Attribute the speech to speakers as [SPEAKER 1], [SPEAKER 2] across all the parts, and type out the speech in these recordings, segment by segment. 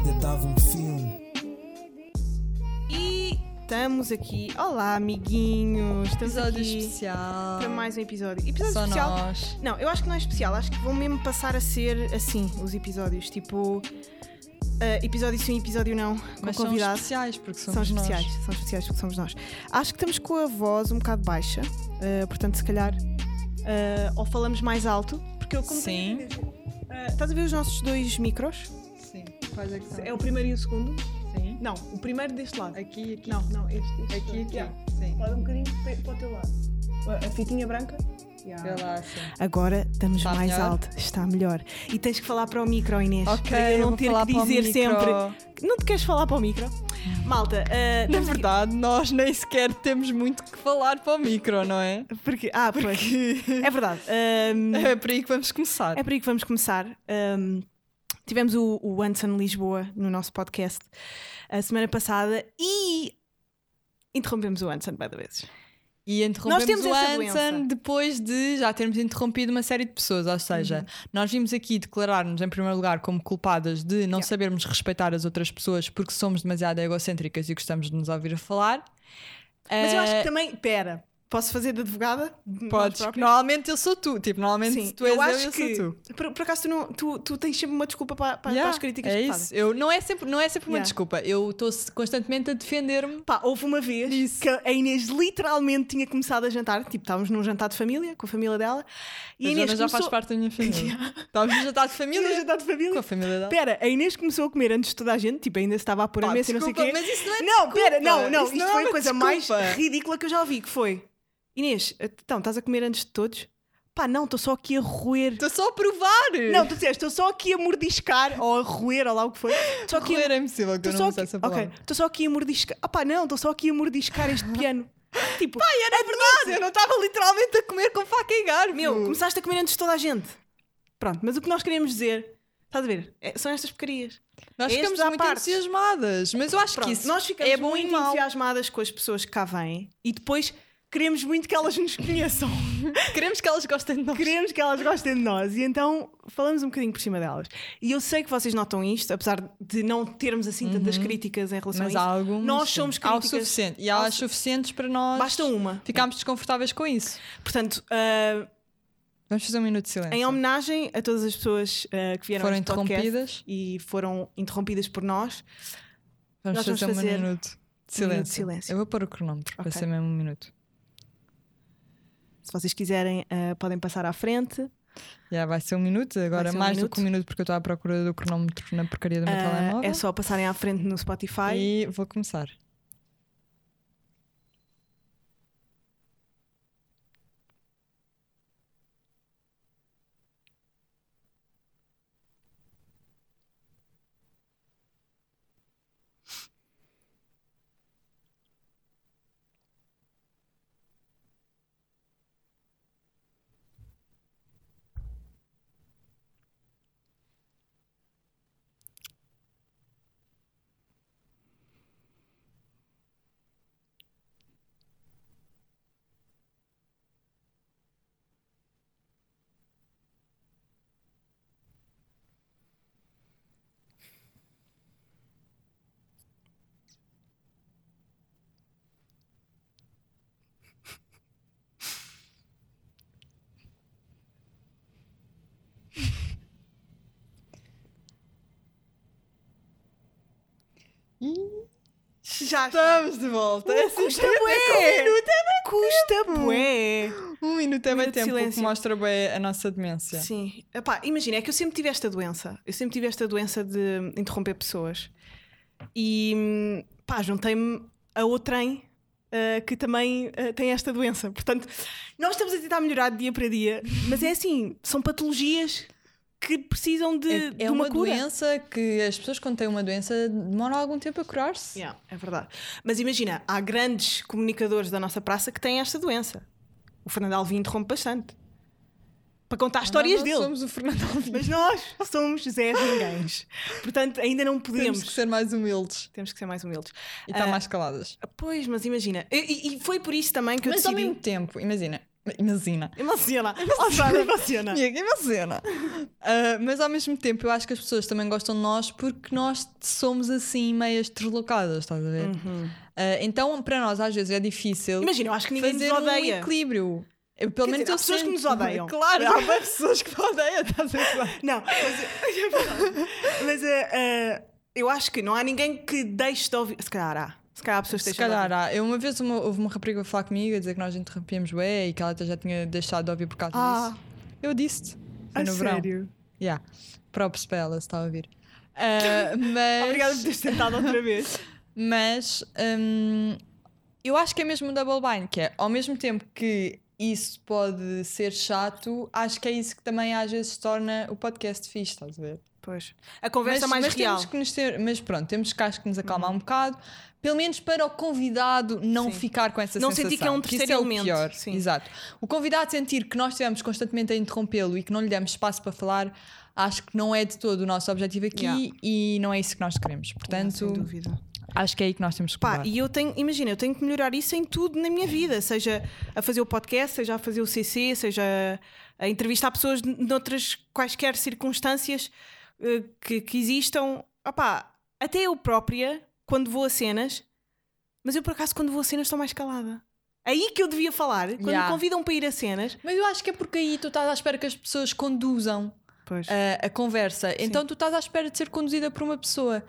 [SPEAKER 1] comentava um filme.
[SPEAKER 2] E estamos aqui. Olá, amiguinhos. Estamos
[SPEAKER 3] Episódio
[SPEAKER 2] aqui
[SPEAKER 3] especial.
[SPEAKER 2] para mais um episódio. Episódio
[SPEAKER 3] Só
[SPEAKER 2] especial.
[SPEAKER 3] nós.
[SPEAKER 2] Não, eu acho que não é especial. Acho que vão mesmo passar a ser assim os episódios. Tipo, ah, episódio sim, episódio não. Com
[SPEAKER 3] Mas são
[SPEAKER 2] convidados.
[SPEAKER 3] especiais, porque somos
[SPEAKER 2] são
[SPEAKER 3] nós.
[SPEAKER 2] especiais. São especiais porque somos nós. Acho que estamos com a voz um bocado baixa. ah, portanto, se calhar. ah, ou falamos mais alto. Porque eu como.
[SPEAKER 3] Sim.
[SPEAKER 2] Ah, estás a ver os nossos dois micros?
[SPEAKER 3] Sim. Quais é que são?
[SPEAKER 2] o primeiro e o segundo?
[SPEAKER 3] Sim.
[SPEAKER 2] Não, o primeiro deste lado.
[SPEAKER 3] Aqui, aqui.
[SPEAKER 2] Não, não, este. este
[SPEAKER 3] Aqui, aqui.
[SPEAKER 2] Yeah.
[SPEAKER 3] Sim.
[SPEAKER 2] Olha um bocadinho para para o teu lado. A fitinha branca?
[SPEAKER 3] Vê lá, sim.
[SPEAKER 2] Agora estamos
[SPEAKER 3] Está
[SPEAKER 2] mais
[SPEAKER 3] melhor?
[SPEAKER 2] alto, está melhor. E tens que falar para o micro, Inês. para
[SPEAKER 3] Ok,
[SPEAKER 2] eu não
[SPEAKER 3] vou
[SPEAKER 2] ter
[SPEAKER 3] falar
[SPEAKER 2] que
[SPEAKER 3] para o
[SPEAKER 2] dizer
[SPEAKER 3] micro.
[SPEAKER 2] sempre. Não te queres falar para o micro? Malta, ah,
[SPEAKER 3] Na
[SPEAKER 2] estamos aqui-
[SPEAKER 3] É verdade, nós nem sequer temos muito que falar para o micro, não é?
[SPEAKER 2] Porque, ah, pois. É verdade. Ahm,
[SPEAKER 3] É por aí que vamos começar.
[SPEAKER 2] É por aí que vamos começar. Um, tivemos o, o Anson Lisboa no nosso podcast a semana passada e interrompemos o Anson, by the vezes.
[SPEAKER 3] E
[SPEAKER 2] Nós
[SPEAKER 3] interrompemos
[SPEAKER 2] temos
[SPEAKER 3] o
[SPEAKER 2] essa
[SPEAKER 3] Anson
[SPEAKER 2] doença.
[SPEAKER 3] depois de já termos interrompido uma série de pessoas. Ou seja,
[SPEAKER 2] Uhum.
[SPEAKER 3] nós vimos aqui declarar-nos, em primeiro lugar, como culpadas de não
[SPEAKER 2] Yeah.
[SPEAKER 3] sabermos respeitar as outras pessoas porque somos demasiado egocêntricas e gostamos de nos ouvir a falar.
[SPEAKER 2] Mas eu acho que
[SPEAKER 3] Eh,
[SPEAKER 2] também, pera, posso fazer de advogada? De nós
[SPEAKER 3] podes.
[SPEAKER 2] próprios?
[SPEAKER 3] Normalmente eu sou tu. Tipo, normalmente
[SPEAKER 2] Sim,
[SPEAKER 3] se tu és
[SPEAKER 2] eu
[SPEAKER 3] eu, eu,
[SPEAKER 2] acho que
[SPEAKER 3] sou tu.
[SPEAKER 2] por, por acaso tu, não, tu, tu tens sempre uma desculpa para, para,
[SPEAKER 3] Yeah,
[SPEAKER 2] para as críticas
[SPEAKER 3] é
[SPEAKER 2] que te
[SPEAKER 3] isso.
[SPEAKER 2] fazem.
[SPEAKER 3] Eu, não é sempre, não é sempre uma
[SPEAKER 2] Yeah.
[SPEAKER 3] desculpa. Eu estou constantemente a defender-me.
[SPEAKER 2] Pá, houve uma vez que a Inês literalmente tinha começado a jantar, tipo, estávamos num jantar de família, com a família dela, e
[SPEAKER 3] A
[SPEAKER 2] a Inês
[SPEAKER 3] Joana já faz
[SPEAKER 2] começou...
[SPEAKER 3] parte da minha família. Estávamos já jantar de
[SPEAKER 2] Num
[SPEAKER 3] família
[SPEAKER 2] jantar de
[SPEAKER 3] com a
[SPEAKER 2] família.
[SPEAKER 3] família dela.
[SPEAKER 2] Pera, a Inês começou a comer antes de toda a gente, tipo, ainda se estava a pôr a
[SPEAKER 3] Pá,
[SPEAKER 2] mesa e não sei o
[SPEAKER 3] desculpa,
[SPEAKER 2] quê.
[SPEAKER 3] Mas isso não é
[SPEAKER 2] Não,
[SPEAKER 3] desculpa.
[SPEAKER 2] pera, não, não,
[SPEAKER 3] Isso
[SPEAKER 2] isto
[SPEAKER 3] é
[SPEAKER 2] foi a
[SPEAKER 3] uma
[SPEAKER 2] coisa
[SPEAKER 3] desculpa.
[SPEAKER 2] mais ridícula que eu já ouvi, que foi. Inês, então, estás a comer antes de todos? Pá, não, estou só aqui a roer.
[SPEAKER 3] Estou só a provar.
[SPEAKER 2] Não, tu disseste, estou só aqui a mordiscar, ou a roer, ou lá o que foi. Só aqui a-
[SPEAKER 3] Roer é impossível que
[SPEAKER 2] Tô
[SPEAKER 3] eu
[SPEAKER 2] só
[SPEAKER 3] não
[SPEAKER 2] aqui-
[SPEAKER 3] usasse essa
[SPEAKER 2] ok,
[SPEAKER 3] palavra.
[SPEAKER 2] estou só aqui a mordiscar. Ah pá, não, estou só aqui a mordiscar este piano. tipo,
[SPEAKER 3] era verdade, eu não estava literalmente a comer com faca e garfo.
[SPEAKER 2] meu, começaste a comer antes de toda a gente. hum. Pronto, mas o que nós queremos dizer, estás a ver? É- são estas porcarias.
[SPEAKER 3] nós
[SPEAKER 2] estes
[SPEAKER 3] ficamos
[SPEAKER 2] há
[SPEAKER 3] muito
[SPEAKER 2] partes.
[SPEAKER 3] entusiasmadas, mas eu acho
[SPEAKER 2] Pronto,
[SPEAKER 3] que isso
[SPEAKER 2] nós ficamos
[SPEAKER 3] é bom e
[SPEAKER 2] muito
[SPEAKER 3] mau.
[SPEAKER 2] entusiasmadas com as pessoas que cá vêm e depois queremos muito que elas nos conheçam.
[SPEAKER 3] Queremos que elas gostem de nós.
[SPEAKER 2] queremos que elas gostem de nós e então falamos um bocadinho por cima delas. E eu sei que vocês notam isto, apesar de não termos assim tantas críticas em relação
[SPEAKER 3] Uhum. Mas
[SPEAKER 2] a
[SPEAKER 3] há
[SPEAKER 2] isso.
[SPEAKER 3] alguns.
[SPEAKER 2] nós somos
[SPEAKER 3] Há o
[SPEAKER 2] críticas-
[SPEAKER 3] suficiente. E
[SPEAKER 2] há o
[SPEAKER 3] há as
[SPEAKER 2] su-
[SPEAKER 3] suficientes para nós.
[SPEAKER 2] Basta um. uma.
[SPEAKER 3] Ficámos desconfortáveis com isso.
[SPEAKER 2] Portanto, ah,
[SPEAKER 3] Vamos fazer um minuto de silêncio.
[SPEAKER 2] Em homenagem a todas as pessoas uh, que vieram
[SPEAKER 3] Foram
[SPEAKER 2] a este podcast
[SPEAKER 3] interrompidas.
[SPEAKER 2] e foram interrompidas por nós.
[SPEAKER 3] Vamos
[SPEAKER 2] Nós vamos
[SPEAKER 3] fazer, um
[SPEAKER 2] fazer
[SPEAKER 3] minuto de
[SPEAKER 2] um
[SPEAKER 3] silêncio.
[SPEAKER 2] minuto de silêncio.
[SPEAKER 3] Eu vou pôr o cronómetro para
[SPEAKER 2] Ok.
[SPEAKER 3] ser mesmo um minuto.
[SPEAKER 2] Se vocês quiserem, uh, podem passar à frente.
[SPEAKER 3] Já vai ser um minuto, agora
[SPEAKER 2] ser um
[SPEAKER 3] mais do
[SPEAKER 2] minuto.
[SPEAKER 3] que um minuto, porque eu estou à procura do cronómetro na porcaria do meu
[SPEAKER 2] Uh,
[SPEAKER 3] telemóvel.
[SPEAKER 2] é só um passarem à frente no Spotify.
[SPEAKER 3] E vou começar.
[SPEAKER 2] Já
[SPEAKER 3] Estamos de volta. É assim,
[SPEAKER 2] custa
[SPEAKER 3] é
[SPEAKER 2] bué.
[SPEAKER 3] com um minuto é
[SPEAKER 2] Custa bué.
[SPEAKER 3] Um minuto é
[SPEAKER 2] Um
[SPEAKER 3] bem
[SPEAKER 2] minuto de
[SPEAKER 3] tempo, o que
[SPEAKER 2] silêncio.
[SPEAKER 3] mostra bem a nossa demência.
[SPEAKER 2] Sim. Epá, imagina, é que eu sempre tive esta doença. Eu sempre tive esta doença de interromper pessoas. E hum, pá, juntei-me a outrem ah, que também ah, tem esta doença. Portanto, nós estamos a tentar melhorar de dia para dia, mas é assim, são patologias que precisam de,
[SPEAKER 3] É,
[SPEAKER 2] de
[SPEAKER 3] é
[SPEAKER 2] uma,
[SPEAKER 3] uma,
[SPEAKER 2] cura.
[SPEAKER 3] doença que as pessoas quando têm uma doença demoram algum tempo a curar-se.
[SPEAKER 2] Yeah, é verdade. Mas imagina, há grandes comunicadores da nossa praça que têm esta doença. O Fernando Alvim interrompe bastante. Para contar histórias
[SPEAKER 3] Nós não
[SPEAKER 2] dele.
[SPEAKER 3] é Somos o Fernando Alvim.
[SPEAKER 2] Mas nós somos Zé Ninguéms. Portanto, ainda não podemos.
[SPEAKER 3] Temos que ser mais humildes
[SPEAKER 2] ser mais humildes.
[SPEAKER 3] e estar
[SPEAKER 2] Ah,
[SPEAKER 3] mais caladas.
[SPEAKER 2] Pois, mas imagina. E, e- e foi por isso também que eu
[SPEAKER 3] Mas ao
[SPEAKER 2] decidi.
[SPEAKER 3] mesmo tempo, imagina, Imagina.
[SPEAKER 2] Emociona. Emociona. Emociona.
[SPEAKER 3] Minha, imagina. Ah, mas ao mesmo tempo, eu acho que as pessoas também gostam de nós porque nós somos assim, meias deslocadas, estás a ver? Ah, então, para nós, às vezes, é difícil
[SPEAKER 2] Uhum. Imagina, eu acho que ninguém nos
[SPEAKER 3] fazer um
[SPEAKER 2] odeia.
[SPEAKER 3] equilíbrio. Eu, pelo
[SPEAKER 2] Quer
[SPEAKER 3] menos
[SPEAKER 2] dizer,
[SPEAKER 3] eu
[SPEAKER 2] há pessoas que
[SPEAKER 3] sinto-
[SPEAKER 2] nos odeiam.
[SPEAKER 3] Claro, há bem pessoas que te odeiam, estás a ver?
[SPEAKER 2] Não, mas, mas, eh, eh, eu acho que não há ninguém que deixe de ouvir. Se calhar há. Se calhar há pessoas que
[SPEAKER 3] Se
[SPEAKER 2] deixam de
[SPEAKER 3] calhar
[SPEAKER 2] ouvir.
[SPEAKER 3] há. Eu, uma vez uma, houve uma rapariga a falar comigo a dizer que nós interrompíamos bem e que ela até já tinha deixado de ouvir por causa
[SPEAKER 2] Ah.
[SPEAKER 3] disso. Eu disse-te. Foi no verão. Yeah. Props para ela, se está a ouvir. Ah, mas
[SPEAKER 2] Obrigada por teres tentado outra vez.
[SPEAKER 3] mas hum, eu acho que é mesmo um double bind, que é ao mesmo tempo que isso pode ser chato, acho que é isso que também às vezes torna o podcast fixe, estás a ver?
[SPEAKER 2] Pois. A conversa mais real. Uhum.
[SPEAKER 3] Temos que nos ter- mas pronto, temos que acho que nos acalmar um bocado, pelo menos para o convidado não
[SPEAKER 2] Sim.
[SPEAKER 3] ficar com essa
[SPEAKER 2] Não
[SPEAKER 3] sensação.
[SPEAKER 2] sentir que é um
[SPEAKER 3] isso
[SPEAKER 2] terceiro
[SPEAKER 3] é o
[SPEAKER 2] elemento,
[SPEAKER 3] pior.
[SPEAKER 2] sim.
[SPEAKER 3] Exato. O convidado sentir que nós estivemos constantemente a interrompê-lo e que não lhe demos espaço para falar, acho que não é de todo o nosso objetivo aqui
[SPEAKER 2] Yeah.
[SPEAKER 3] e não é isso que nós queremos. Portanto,
[SPEAKER 2] Sem dúvida.
[SPEAKER 3] acho que é aí que nós temos que
[SPEAKER 2] Pá,
[SPEAKER 3] mudar.
[SPEAKER 2] e eu tenho, imagina, eu tenho que melhorar isso em tudo na minha vida, seja a fazer o podcast, seja a fazer o CC, seja a entrevistar pessoas n- noutras quaisquer circunstâncias eh, que, que existam. Opá, até eu própria, quando vou a cenas, mas eu por acaso quando vou a cenas estou mais calada. Aí que eu devia falar, quando
[SPEAKER 3] Yeah.
[SPEAKER 2] me convidam para ir a cenas.
[SPEAKER 3] Mas eu acho que é porque aí tu estás à espera que as pessoas conduzam
[SPEAKER 2] Pois.
[SPEAKER 3] a, a conversa. Então tu estás à espera de ser conduzida por uma pessoa.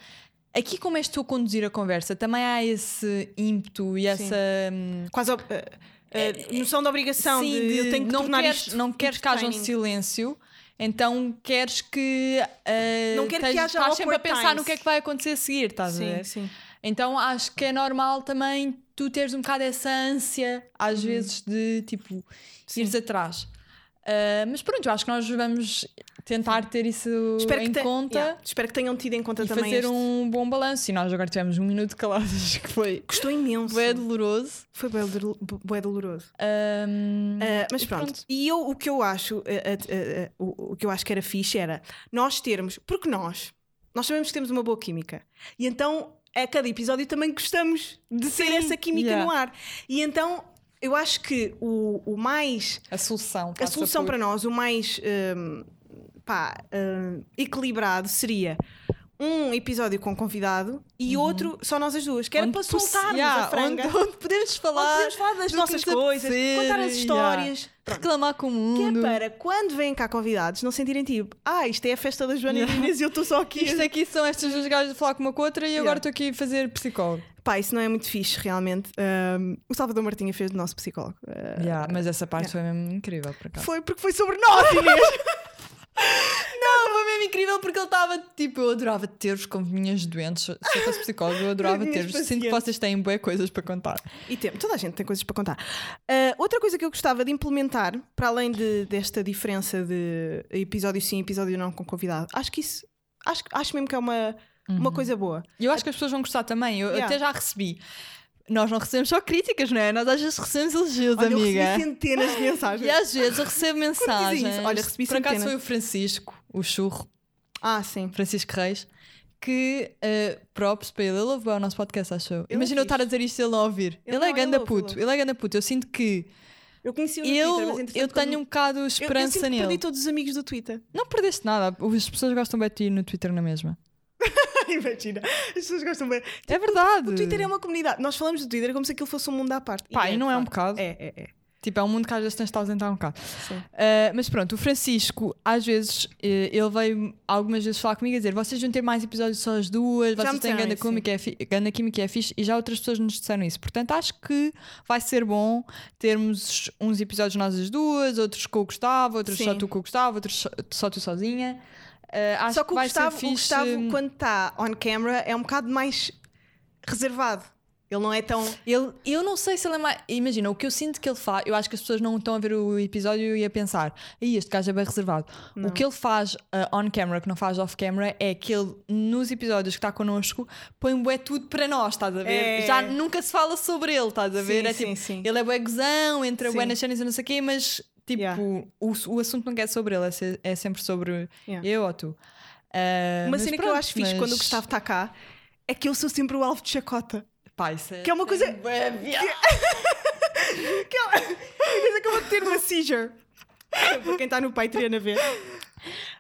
[SPEAKER 3] Aqui, como és tu a conduzir a conversa, também há esse ímpeto e essa. hum,
[SPEAKER 2] Quase ob- eh, eh, noção de obrigação
[SPEAKER 3] É, sim,
[SPEAKER 2] de, eu tenho que
[SPEAKER 3] não
[SPEAKER 2] tornar
[SPEAKER 3] queres,
[SPEAKER 2] isto
[SPEAKER 3] não queres que haja um
[SPEAKER 2] entertaining.
[SPEAKER 3] silêncio, então queres que. eh,
[SPEAKER 2] Não quero que haja
[SPEAKER 3] Estás sempre a
[SPEAKER 2] awkward
[SPEAKER 3] pensar
[SPEAKER 2] times.
[SPEAKER 3] no que é que vai acontecer a seguir, estás a
[SPEAKER 2] Sim,
[SPEAKER 3] ver?
[SPEAKER 2] sim.
[SPEAKER 3] Então acho que é normal também tu teres um bocado essa ânsia, às
[SPEAKER 2] Uhum.
[SPEAKER 3] vezes, de tipo ires atrás. Ah, mas pronto, eu acho que nós vamos tentar ter isso
[SPEAKER 2] Espero que,
[SPEAKER 3] em
[SPEAKER 2] te-
[SPEAKER 3] conta
[SPEAKER 2] yeah, espero que tenham tido em conta
[SPEAKER 3] e
[SPEAKER 2] também
[SPEAKER 3] fazer
[SPEAKER 2] este-
[SPEAKER 3] um bom balanço. E nós agora tivemos um minuto de caladas que foi
[SPEAKER 2] Custou imenso.
[SPEAKER 3] bem doloroso.
[SPEAKER 2] Foi bem dolo- bué doloroso.
[SPEAKER 3] Ahm,
[SPEAKER 2] Ah, mas
[SPEAKER 3] e
[SPEAKER 2] pronto. E eu o que eu acho, ah, ah, ah, ah, o, o que eu acho que era fixe era nós termos, porque nós, nós sabemos que temos uma boa química. E então a cada episódio também gostamos de ser essa química
[SPEAKER 3] yeah.
[SPEAKER 2] no ar. E então eu acho que o, o mais
[SPEAKER 3] A solução.
[SPEAKER 2] a
[SPEAKER 3] passa
[SPEAKER 2] solução
[SPEAKER 3] por-
[SPEAKER 2] para nós, o mais hum, pá, hum, equilibrado seria um episódio com convidado e outro só nós as duas, que era
[SPEAKER 3] Uhum. onde
[SPEAKER 2] para
[SPEAKER 3] poss-
[SPEAKER 2] soltarmos
[SPEAKER 3] yeah,
[SPEAKER 2] a franga.
[SPEAKER 3] Onde, onde poderes
[SPEAKER 2] Onde
[SPEAKER 3] falar,
[SPEAKER 2] podemos falar das
[SPEAKER 3] do que
[SPEAKER 2] nossas
[SPEAKER 3] nos
[SPEAKER 2] coisas,
[SPEAKER 3] apetecer,
[SPEAKER 2] contar as
[SPEAKER 3] yeah.
[SPEAKER 2] histórias. Pronto.
[SPEAKER 3] reclamar com o
[SPEAKER 2] Que é
[SPEAKER 3] mundo.
[SPEAKER 2] para quando vêm cá convidados não sentirem tipo, ah, isto é a festa da Joana e do Inês e eu estou só aqui.
[SPEAKER 3] Isto é aqui são estas duas gajas a falar com uma com a outra e eu
[SPEAKER 2] Yeah.
[SPEAKER 3] agora estou aqui a fazer psicólogo.
[SPEAKER 2] Pá, isso não é muito fixe, realmente. Um, o Salvador Martinha fez do nosso psicólogo. Uh,
[SPEAKER 3] Yeah, mas essa parte foi mesmo incrível, por acaso.
[SPEAKER 2] Foi porque foi sobre nós, Inês.
[SPEAKER 3] Não, foi mesmo incrível porque ele estava tipo, eu adorava ter-vos como minhas doentes. Se eu fosse psicólogo, eu adorava
[SPEAKER 2] Minhas
[SPEAKER 3] ter-vos. Sinto que
[SPEAKER 2] pacientes.
[SPEAKER 3] vocês têm boas coisas para contar.
[SPEAKER 2] E tem, toda a gente tem coisas para contar. Ah, outra coisa que eu gostava de implementar, para além de- desta diferença de episódio sim, episódio não com convidado, acho que isso, acho, acho mesmo que é uma, uma
[SPEAKER 3] Uhum.
[SPEAKER 2] coisa boa.
[SPEAKER 3] E eu acho que as pessoas vão gostar também. Eu
[SPEAKER 2] Yeah.
[SPEAKER 3] até já recebi. Nós não recebemos só críticas, não é? Nós às vezes recebemos elogios,
[SPEAKER 2] Olha, eu
[SPEAKER 3] amiga.
[SPEAKER 2] recebi centenas de mensagens.
[SPEAKER 3] E às vezes eu recebo
[SPEAKER 2] dizem isso?
[SPEAKER 3] mensagens.
[SPEAKER 2] Olha, recebi
[SPEAKER 3] Por acaso
[SPEAKER 2] centenas.
[SPEAKER 3] foi o Francisco, o churro,
[SPEAKER 2] Ah, sim.
[SPEAKER 3] Francisco Reis, que uh, props para ele. Ele ouve bem o nosso podcast, acho eu.
[SPEAKER 2] é
[SPEAKER 3] Imagina eu
[SPEAKER 2] fixe.
[SPEAKER 3] estar a dizer isto e ele não ouvir.
[SPEAKER 2] Ele
[SPEAKER 3] Ele,
[SPEAKER 2] não,
[SPEAKER 3] é
[SPEAKER 2] ele
[SPEAKER 3] ganda
[SPEAKER 2] ouve,
[SPEAKER 3] puto,
[SPEAKER 2] ele ouve.
[SPEAKER 3] ele é ganda puto. Eu sinto que
[SPEAKER 2] Eu conheci o
[SPEAKER 3] eu, eu tenho um bocado esperança
[SPEAKER 2] eu, eu
[SPEAKER 3] nele.
[SPEAKER 2] perdi todos os amigos do Twitter.
[SPEAKER 3] Não perdeste nada. As pessoas gostam bem de ti no Twitter é na mesma.
[SPEAKER 2] Imagina, as pessoas gostam bem.
[SPEAKER 3] É verdade.
[SPEAKER 2] O Twitter é uma comunidade. Nós falamos do Twitter como se aquilo fosse um mundo à parte.
[SPEAKER 3] Pá, e não é
[SPEAKER 2] de
[SPEAKER 3] um
[SPEAKER 2] facto.
[SPEAKER 3] bocado.
[SPEAKER 2] É, é, é.
[SPEAKER 3] Tipo, é um mundo que às vezes tens de te ausentar um bocado.
[SPEAKER 2] Sim.
[SPEAKER 3] Ah, mas pronto, o Francisco, às vezes, eh, ele veio algumas vezes falar comigo a dizer: vocês vão ter mais episódios só as duas,
[SPEAKER 2] Já me
[SPEAKER 3] vocês têm
[SPEAKER 2] disseram
[SPEAKER 3] ganda
[SPEAKER 2] isso,
[SPEAKER 3] química, é fi- ganda química é fixe, e já outras pessoas nos disseram isso. Portanto, acho que vai ser bom termos uns episódios nós as duas, outros com o Gustavo, outros só
[SPEAKER 2] Sim.
[SPEAKER 3] tu com o Gustavo, outros só- só tu sozinha. Ah, acho
[SPEAKER 2] Só que o
[SPEAKER 3] vai
[SPEAKER 2] Gustavo,
[SPEAKER 3] ser
[SPEAKER 2] o
[SPEAKER 3] fixe.
[SPEAKER 2] Gustavo, quando está on camera, é um bocado mais reservado. Ele não é tão.
[SPEAKER 3] Ele, eu não sei se ele é mais. Imagina, o que eu sinto que ele faz, eu acho que as pessoas não estão a ver o episódio e a pensar, aí este gajo é bem reservado. O que ele faz ah, on camera, que não faz off camera, é que ele, nos episódios que está connosco, põe bué tudo para nós, estás a ver?
[SPEAKER 2] É.
[SPEAKER 3] Já nunca se fala sobre ele, estás a
[SPEAKER 2] Sim,
[SPEAKER 3] ver? é
[SPEAKER 2] sim,
[SPEAKER 3] tipo,
[SPEAKER 2] sim.
[SPEAKER 3] ele é bué gozão, entra
[SPEAKER 2] Sim.
[SPEAKER 3] bué nas cenas e não sei o quê, mas tipo,
[SPEAKER 2] Yeah.
[SPEAKER 3] o, o assunto não é sobre ele, é, se- é sempre sobre
[SPEAKER 2] Yeah.
[SPEAKER 3] eu ou tu. Ah,
[SPEAKER 2] Uma
[SPEAKER 3] mas
[SPEAKER 2] cena que eu
[SPEAKER 3] pronto,
[SPEAKER 2] acho fixe
[SPEAKER 3] mas-
[SPEAKER 2] quando o Gustavo está cá é que eu sou sempre o alvo de chacota.
[SPEAKER 3] Pá, isso é,
[SPEAKER 2] Que é uma coisa-
[SPEAKER 3] bué viado.
[SPEAKER 2] que ela Inês acabou de ter uma seizure. Para quem está no Patreon a ver.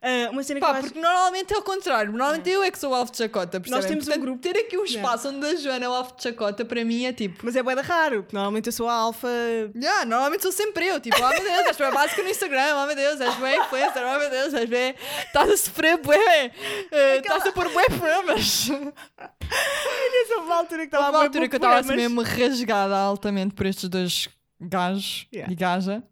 [SPEAKER 2] Ah, uma cena que eu
[SPEAKER 3] Pá,
[SPEAKER 2] acho-
[SPEAKER 3] porque normalmente é o contrário. Normalmente eu é que sou o alvo de chacota, percebem?
[SPEAKER 2] temos um
[SPEAKER 3] Portanto,
[SPEAKER 2] grupo-
[SPEAKER 3] Ter aqui um espaço onde a Joana é o alvo de chacota, para mim é tipo...
[SPEAKER 2] Mas é bué da raro, porque normalmente eu sou a alfa.
[SPEAKER 3] Yeah, normalmente sou sempre eu, tipo, oh meu Deus, és bué básica no Instagram, oh meu Deus, és bué influencer, oh meu Deus, és bué, estás a sofrer bué, eh, estás a pôr bué problemas.
[SPEAKER 2] Inês, houve uma altura que
[SPEAKER 3] Houve
[SPEAKER 2] estava
[SPEAKER 3] uma altura que eu estava assim mesmo rasgada altamente por estes dois gajos
[SPEAKER 2] Yeah.
[SPEAKER 3] e gaja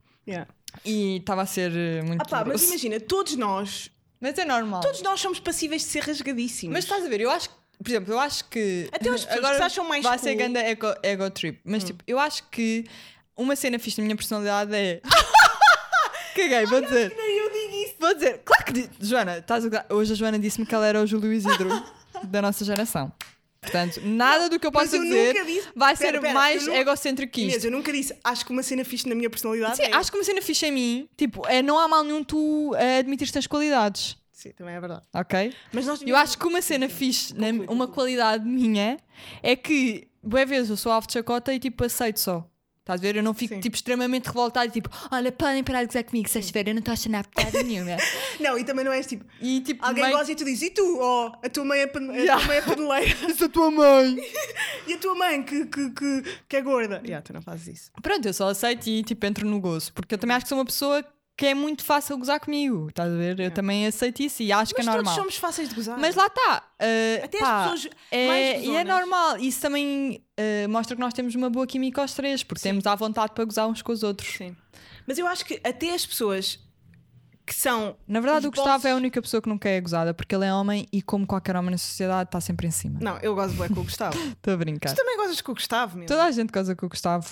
[SPEAKER 3] e estava a ser eh, muito
[SPEAKER 2] Ah pá, mas
[SPEAKER 3] grosso.
[SPEAKER 2] imagina, todos nós,
[SPEAKER 3] Mas é normal.
[SPEAKER 2] todos nós somos passíveis de ser rasgadíssimos.
[SPEAKER 3] Mas estás a ver, eu acho que, por exemplo, eu acho que.
[SPEAKER 2] Até as pessoas que se acham mais
[SPEAKER 3] Vai ser
[SPEAKER 2] cool. Hum.
[SPEAKER 3] ganda ego, ego trip, mas tipo, eu acho que uma cena fixe da minha personalidade é. Caguei, vou dizer.
[SPEAKER 2] eu digo isso.
[SPEAKER 3] Vou dizer, claro que. di- Joana, estás a gozar. Hoje a Joana disse-me que ela era o Júlio Isidro da nossa geração. Portanto, nada do que eu
[SPEAKER 2] Mas
[SPEAKER 3] possa
[SPEAKER 2] eu
[SPEAKER 3] dizer
[SPEAKER 2] nunca disse.
[SPEAKER 3] vai
[SPEAKER 2] Pera,
[SPEAKER 3] ser
[SPEAKER 2] pera,
[SPEAKER 3] mais
[SPEAKER 2] eu nu-
[SPEAKER 3] egocêntrico que isto.
[SPEAKER 2] Inês, eu nunca disse, acho que uma cena fixe na minha personalidade.
[SPEAKER 3] Sim,
[SPEAKER 2] é...
[SPEAKER 3] acho que uma cena fixe em mim, tipo, é, não há mal nenhum tu eh, admitires que tens qualidades,
[SPEAKER 2] Sim, também é verdade.
[SPEAKER 3] ok?
[SPEAKER 2] Mas nós
[SPEAKER 3] Eu acho que uma cena fixe, na- uma qualidade minha, é que, boa vez, eu sou alvo de chacota e tipo, aceito só. Estás a ver? Eu não fico
[SPEAKER 2] Sim.
[SPEAKER 3] tipo, extremamente revoltada e tipo, olha, podem parar de gozar comigo, se estiver, eu não estou a achar nada piada nenhuma.
[SPEAKER 2] Não, e também não és tipo,
[SPEAKER 3] E tipo,
[SPEAKER 2] alguém
[SPEAKER 3] meio-
[SPEAKER 2] gosta e tu dizes, e tu, oh, a tua mãe é, pan... a
[SPEAKER 3] Yeah.
[SPEAKER 2] tua mãe é paneleira.
[SPEAKER 3] Isso é a tua mãe.
[SPEAKER 2] E a tua mãe que, que, que, que é gorda. Yeah, tu não fazes isso.
[SPEAKER 3] Pronto, eu só aceito e tipo, entro no gozo, porque eu também acho que sou uma pessoa que é muito fácil gozar comigo, estás a ver? Eu também aceito isso e acho que é
[SPEAKER 2] É. Mas
[SPEAKER 3] normal.
[SPEAKER 2] todos somos fáceis de gozar.
[SPEAKER 3] Mas lá está.
[SPEAKER 2] Até as pessoas
[SPEAKER 3] é,
[SPEAKER 2] mais
[SPEAKER 3] E é
[SPEAKER 2] gozonas.
[SPEAKER 3] normal. Isso também eh, mostra que nós temos uma boa química aos três, porque temos à vontade para gozar uns com os outros.
[SPEAKER 2] Sim. Mas eu acho que até as pessoas que são.
[SPEAKER 3] Na
[SPEAKER 2] Os
[SPEAKER 3] verdade, o Gustavo
[SPEAKER 2] vossos-
[SPEAKER 3] é a única pessoa que nunca é gozada, porque ele é homem e, como qualquer homem na sociedade, está sempre em cima.
[SPEAKER 2] Não, eu gosto bem com o Gustavo.
[SPEAKER 3] Estou a brincar.
[SPEAKER 2] tu também gozas com o Gustavo, meu.
[SPEAKER 3] Toda a gente goza com o Gustavo.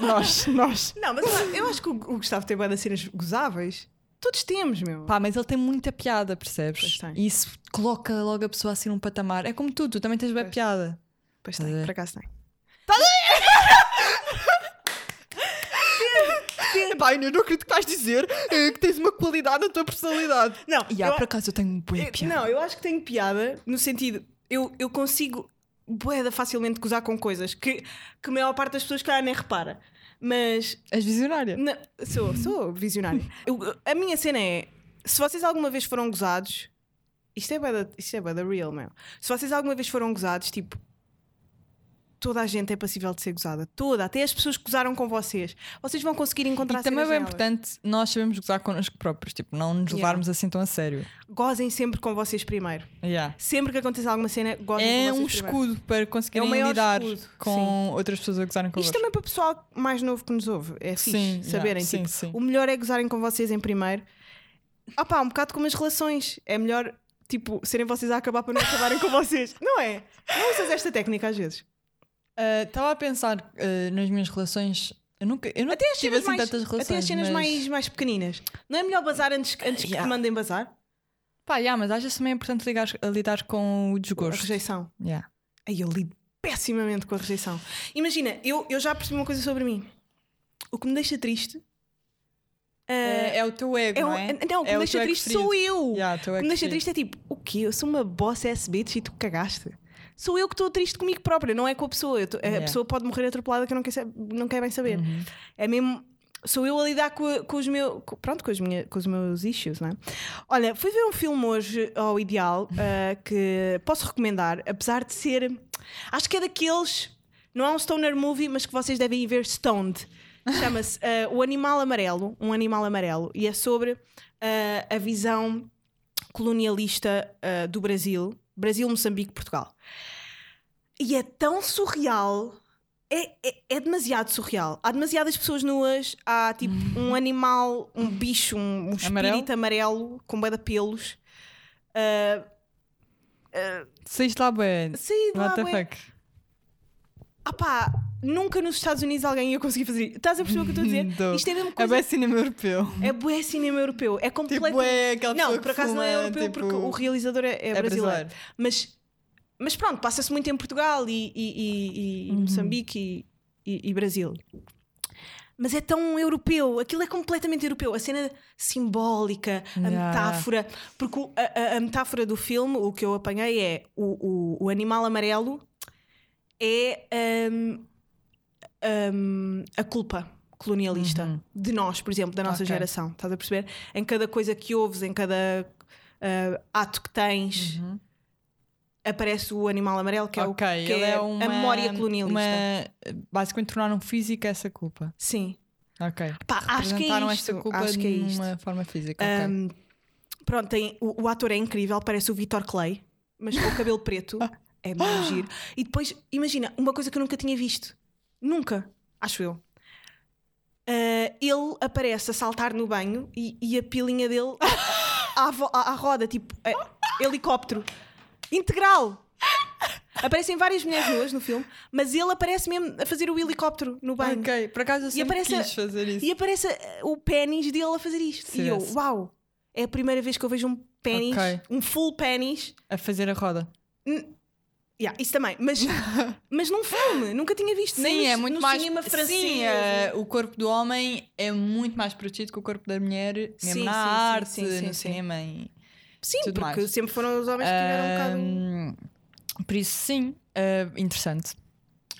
[SPEAKER 3] nós, nós.
[SPEAKER 2] Não, mas eu- eu acho que o o Gustavo tem bué de cenas gozáveis. Todos temos, meu.
[SPEAKER 3] Pá, mas ele tem muita piada, percebes?
[SPEAKER 2] Pois tem.
[SPEAKER 3] E isso coloca logo a pessoa assim num patamar. É como tu, tu também tens bem
[SPEAKER 2] Pois.
[SPEAKER 3] piada.
[SPEAKER 2] Pois
[SPEAKER 3] Estás a
[SPEAKER 2] tem,
[SPEAKER 3] ver?
[SPEAKER 2] por acaso tem.
[SPEAKER 3] Pá, eu não acredito que vais dizer eh, que tens uma qualidade na tua personalidade.
[SPEAKER 2] Não,
[SPEAKER 3] E
[SPEAKER 2] eu-
[SPEAKER 3] por acaso eu tenho boa
[SPEAKER 2] eu-
[SPEAKER 3] piada.
[SPEAKER 2] não, eu acho que tenho piada no sentido. Eu, eu consigo boeda facilmente gozar com coisas que, que a maior parte das pessoas, calhar, nem repara. Mas
[SPEAKER 3] És visionária.
[SPEAKER 2] Não, sou, sou visionária. Eu- a minha cena é: se vocês alguma vez foram gozados, isto é bué da- isto é bué da real, meu. Se vocês alguma vez foram gozados, tipo, toda a gente é passível de ser gozada. Toda, até as pessoas que gozaram com vocês. Vocês vão conseguir encontrar
[SPEAKER 3] E também é
[SPEAKER 2] cenas
[SPEAKER 3] bem
[SPEAKER 2] nelas.
[SPEAKER 3] importante nós sabemos gozar connosco próprios, tipo, não nos
[SPEAKER 2] Yeah.
[SPEAKER 3] levarmos assim tão a sério.
[SPEAKER 2] Gozem sempre com vocês primeiro. Sempre que aconteça alguma cena, gozem
[SPEAKER 3] É
[SPEAKER 2] com vocês
[SPEAKER 3] um
[SPEAKER 2] primeiro. É
[SPEAKER 3] escudo para conseguirem
[SPEAKER 2] maior
[SPEAKER 3] lidar
[SPEAKER 2] escudo,
[SPEAKER 3] com outras pessoas a gozarem
[SPEAKER 2] Isto
[SPEAKER 3] connosco.
[SPEAKER 2] também para o pessoal mais novo que nos ouve. É fixe
[SPEAKER 3] Sim, já,
[SPEAKER 2] saberem.
[SPEAKER 3] sim,
[SPEAKER 2] tipo,
[SPEAKER 3] sim.
[SPEAKER 2] O melhor é gozarem com vocês em primeiro. Ah pá, um bocado como as relações. É melhor, tipo, serem vocês a acabar para não acabarem com vocês. Não é? Não usas esta técnica às vezes.
[SPEAKER 3] Ah, Estava a pensar ah, nas minhas relações. Eu nunca eu nunca tive
[SPEAKER 2] cenas
[SPEAKER 3] assim
[SPEAKER 2] mais-
[SPEAKER 3] tantas relações.
[SPEAKER 2] até as cenas
[SPEAKER 3] mas...
[SPEAKER 2] mais, mais pequeninas. Não é melhor bazar antes, que- antes que
[SPEAKER 3] Yeah.
[SPEAKER 2] te mandem bazar?
[SPEAKER 3] Pá, yeah, mas às vezes também é importante ligar, lidar com o
[SPEAKER 2] A
[SPEAKER 3] desgosto.
[SPEAKER 2] rejeição.
[SPEAKER 3] Yeah.
[SPEAKER 2] Aí eu lido pessimamente com a rejeição. Imagina, eu, eu já percebi uma coisa sobre mim. O que me deixa triste. ah,
[SPEAKER 3] É, é o teu ego,
[SPEAKER 2] é o-
[SPEAKER 3] não é? Uh,
[SPEAKER 2] não, o que
[SPEAKER 3] É
[SPEAKER 2] me
[SPEAKER 3] o
[SPEAKER 2] deixa
[SPEAKER 3] teu ego
[SPEAKER 2] triste
[SPEAKER 3] ferido.
[SPEAKER 2] sou eu.
[SPEAKER 3] Yeah, o
[SPEAKER 2] O
[SPEAKER 3] teu
[SPEAKER 2] que
[SPEAKER 3] ego
[SPEAKER 2] me deixa
[SPEAKER 3] ferido.
[SPEAKER 2] triste é tipo, o quê? Eu sou uma boss SB e tu cagaste. Sou eu que estou triste comigo própria, não é com a pessoa. Eu tô- A
[SPEAKER 3] Yeah.
[SPEAKER 2] pessoa pode morrer atropelada que eu não quero, sab- não quero bem saber. É mesmo. Sou eu a lidar com, a- com os meus. com- pronto, com, as minha, com os meus issues, não é? Olha, fui ver um filme hoje ao Ideal ah, que posso recomendar, apesar de ser. Acho que é daqueles. Não é um stoner movie, mas que vocês devem ir ver stoned. Chama-se ah, O Animal Amarelo. Um Animal Amarelo. E é sobre ah, a visão colonialista ah, do Brasil, Brasil, Moçambique, Portugal. E é tão surreal, é, é- é demasiado surreal. Há demasiadas pessoas nuas, há tipo um animal, um bicho, um, um
[SPEAKER 3] Hum. Amarelo?
[SPEAKER 2] espírito amarelo com bué de pelos. Ah,
[SPEAKER 3] é Saíste lá bem.
[SPEAKER 2] saí de lá,
[SPEAKER 3] What the
[SPEAKER 2] bué-
[SPEAKER 3] fuck?
[SPEAKER 2] Ah pá, nunca nos Estados Unidos alguém ia conseguir fazer isto. Estás a perceber o que eu estou a dizer?
[SPEAKER 3] Dou.
[SPEAKER 2] Isto é a mesma
[SPEAKER 3] É
[SPEAKER 2] coisa.
[SPEAKER 3] bem cinema europeu.
[SPEAKER 2] É bué cinema europeu. É completamente.
[SPEAKER 3] Tipo, é aquela pessoa
[SPEAKER 2] Não,
[SPEAKER 3] que
[SPEAKER 2] por acaso não é
[SPEAKER 3] fuma,
[SPEAKER 2] europeu
[SPEAKER 3] tipo,
[SPEAKER 2] porque o realizador é, é
[SPEAKER 3] é
[SPEAKER 2] brasileiro.
[SPEAKER 3] brasileiro.
[SPEAKER 2] Mas, mas pronto, passa-se muito em Portugal e, e- e- e
[SPEAKER 3] Uhum.
[SPEAKER 2] Moçambique e, e- e Brasil. Mas é tão europeu, aquilo é completamente europeu. A cena simbólica, a
[SPEAKER 3] Yeah.
[SPEAKER 2] metáfora. Porque o- a, a- a metáfora do filme, o que eu apanhei é o, o- o animal amarelo é hum, a hum, a culpa colonialista de nós, por exemplo, da nossa
[SPEAKER 3] Uhum. Ok.
[SPEAKER 2] geração. Estás a perceber? Em cada coisa que ouves, em cada ah, ato que tens, aparece o animal amarelo, que é, o, que
[SPEAKER 3] Uhum. ok, ele
[SPEAKER 2] é
[SPEAKER 3] é uma,
[SPEAKER 2] a memória colonialista.
[SPEAKER 3] Uma, basicamente tornaram física essa culpa.
[SPEAKER 2] Sim.
[SPEAKER 3] Ok.
[SPEAKER 2] Pá, acho que é
[SPEAKER 3] Apresentaram
[SPEAKER 2] isto.
[SPEAKER 3] essa culpa
[SPEAKER 2] acho que é
[SPEAKER 3] de
[SPEAKER 2] isto.
[SPEAKER 3] uma forma física. ok.
[SPEAKER 2] Um, pronto, tem- o, o ator é incrível, parece o Vitor Clay, mas com o cabelo preto. É muito giro. E depois, imagina, uma coisa que eu nunca tinha visto. Nunca, acho eu. Uh, ele aparece a saltar no banho e, e a pilinha dele à, vo- à- à roda, tipo é, helicóptero. Integral! Aparecem várias mulheres nuas no filme, mas ele aparece mesmo a fazer o helicóptero no banho.
[SPEAKER 3] Ok, por acaso eu sempre
[SPEAKER 2] aparece a-
[SPEAKER 3] quis fazer isso.
[SPEAKER 2] E aparece eh, o pênis dele a fazer isto. E eu,
[SPEAKER 3] Sim.
[SPEAKER 2] uau! É a primeira vez que eu vejo um pênis,
[SPEAKER 3] Ok.
[SPEAKER 2] um full pênis.
[SPEAKER 3] A fazer a roda.
[SPEAKER 2] Yeah, isso também, mas, mas num filme, nunca tinha visto. nem
[SPEAKER 3] Sim,
[SPEAKER 2] no,
[SPEAKER 3] é muito
[SPEAKER 2] no
[SPEAKER 3] mais.
[SPEAKER 2] cinema francês.
[SPEAKER 3] Sim, é, o corpo do homem é muito mais protegido que o corpo da mulher, mesmo
[SPEAKER 2] Sim,
[SPEAKER 3] na
[SPEAKER 2] sim, sim,
[SPEAKER 3] arte,
[SPEAKER 2] sim, sim, sim.
[SPEAKER 3] no cinema. e-
[SPEAKER 2] Sim,
[SPEAKER 3] tudo
[SPEAKER 2] porque
[SPEAKER 3] mais.
[SPEAKER 2] sempre foram os homens que tiveram um bocado.
[SPEAKER 3] Ahm, Por isso, sim, ah, interessante.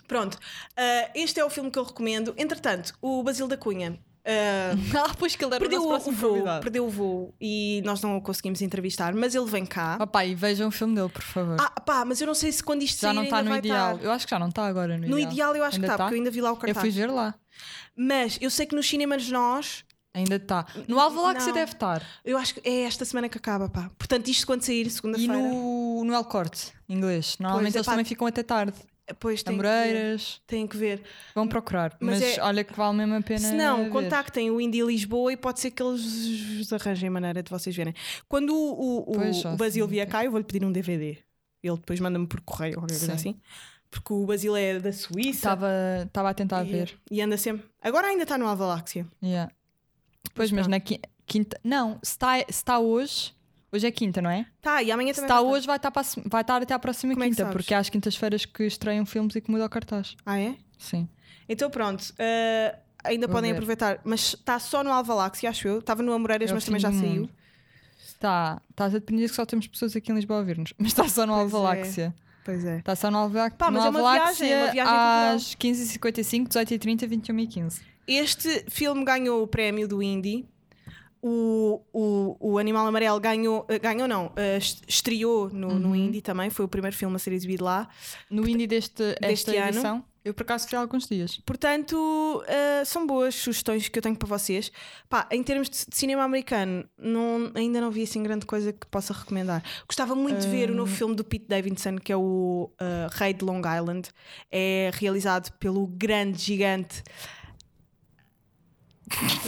[SPEAKER 2] Pronto, ah, este é o filme que eu recomendo. Entretanto, o Basil da Cunha. ah,
[SPEAKER 3] ah, pois que ele era
[SPEAKER 2] perdeu
[SPEAKER 3] o
[SPEAKER 2] o,
[SPEAKER 3] nosso
[SPEAKER 2] o
[SPEAKER 3] próximo
[SPEAKER 2] voo,
[SPEAKER 3] convidado.
[SPEAKER 2] perdeu o voo e nós não o conseguimos entrevistar, mas ele vem cá.
[SPEAKER 3] Opa, Ah, e vejam o filme dele, por favor.
[SPEAKER 2] Ah, pá, mas eu não sei se quando isto
[SPEAKER 3] já
[SPEAKER 2] sair
[SPEAKER 3] não está
[SPEAKER 2] ainda
[SPEAKER 3] no
[SPEAKER 2] vai
[SPEAKER 3] ideal.
[SPEAKER 2] estar.
[SPEAKER 3] Eu acho que já não está agora no,
[SPEAKER 2] No ideal eu acho
[SPEAKER 3] Ainda
[SPEAKER 2] que está,
[SPEAKER 3] tá?
[SPEAKER 2] porque eu ainda vi lá o
[SPEAKER 3] Eu
[SPEAKER 2] cartaz.
[SPEAKER 3] fui ver lá.
[SPEAKER 2] Mas eu sei que nos cinemas nós,
[SPEAKER 3] Ainda está. No Alvalade que você
[SPEAKER 2] Não.
[SPEAKER 3] deve estar.
[SPEAKER 2] eu acho que é esta semana que acaba, pá. Portanto, isto quando sair
[SPEAKER 3] E
[SPEAKER 2] segunda-feira,
[SPEAKER 3] no, no El Corte, inglês. Normalmente
[SPEAKER 2] é
[SPEAKER 3] eles
[SPEAKER 2] pá.
[SPEAKER 3] também ficam até tarde.
[SPEAKER 2] depois eh, tem que ver.
[SPEAKER 3] Amoreiras.
[SPEAKER 2] Tem que ver.
[SPEAKER 3] Vão procurar. Mas,
[SPEAKER 2] Mas é-
[SPEAKER 3] olha que vale mesmo a pena.
[SPEAKER 2] Se não,
[SPEAKER 3] ver.
[SPEAKER 2] contactem o Indie Lisboa e pode ser que eles vos arranjem maneira de vocês verem. Quando o, o, o-
[SPEAKER 3] Pois, já
[SPEAKER 2] o Basil
[SPEAKER 3] sei.
[SPEAKER 2] vier cá, eu vou-lhe pedir um DVD. Ele depois manda-me por correio ou qualquer coisa
[SPEAKER 3] Sim.
[SPEAKER 2] assim. Porque o Basil é da Suíça
[SPEAKER 3] Estava estava a tentar
[SPEAKER 2] e,
[SPEAKER 3] ver.
[SPEAKER 2] e anda sempre. Agora ainda está no Avaláxia.
[SPEAKER 3] Yeah. Pois, mas
[SPEAKER 2] pronto.
[SPEAKER 3] na qui- quinta. Não, se está se está hoje. Hoje é quinta, não é?
[SPEAKER 2] Tá, e amanhã
[SPEAKER 3] Se
[SPEAKER 2] também.
[SPEAKER 3] está
[SPEAKER 2] vai
[SPEAKER 3] hoje, vai estar, para a se- vai estar até à próxima
[SPEAKER 2] Como é que
[SPEAKER 3] quinta,
[SPEAKER 2] sabes?
[SPEAKER 3] porque é às quintas-feiras que estreiam filmes e que muda o cartaz.
[SPEAKER 2] estar. Ah, é?
[SPEAKER 3] Sim.
[SPEAKER 2] Então pronto. ah, Ainda
[SPEAKER 3] Vou
[SPEAKER 2] podem
[SPEAKER 3] ver.
[SPEAKER 2] aproveitar, mas está só no Alvaláxia, acho eu. Estava no Amoreiras,
[SPEAKER 3] É o
[SPEAKER 2] mas também
[SPEAKER 3] fim
[SPEAKER 2] já
[SPEAKER 3] do
[SPEAKER 2] saiu.
[SPEAKER 3] mundo. Está. Tá, Estás a depender que só temos pessoas aqui em Lisboa a ouvir-nos. Mas está só no
[SPEAKER 2] Pois é.
[SPEAKER 3] Alvaláxia.
[SPEAKER 2] Pois é.
[SPEAKER 3] Está Tá, só no Alvaláxia.
[SPEAKER 2] Pá, mas é uma viagem, é uma viagem cultural.
[SPEAKER 3] às 15h55, 18h30, 21h15.
[SPEAKER 2] Este filme ganhou o prémio do Indie. O, o, o Animal Amarelo ganhou, eh, ganhou não, eh, est- estreou no, no Indie também, foi o primeiro filme a ser exibido lá.
[SPEAKER 3] No indie deste,
[SPEAKER 2] Deste
[SPEAKER 3] esta
[SPEAKER 2] ano.
[SPEAKER 3] edição, eu por acaso fui há alguns dias.
[SPEAKER 2] Portanto, eh, são boas sugestões que eu tenho para vocês. Pá, em termos de, de cinema americano, não, ainda não vi assim grande coisa que possa recomendar. Gostava muito de ver o
[SPEAKER 3] Hum.
[SPEAKER 2] novo filme do Pete Davidson, que é o eh, Rei de Long Island. É realizado pelo grande gigante.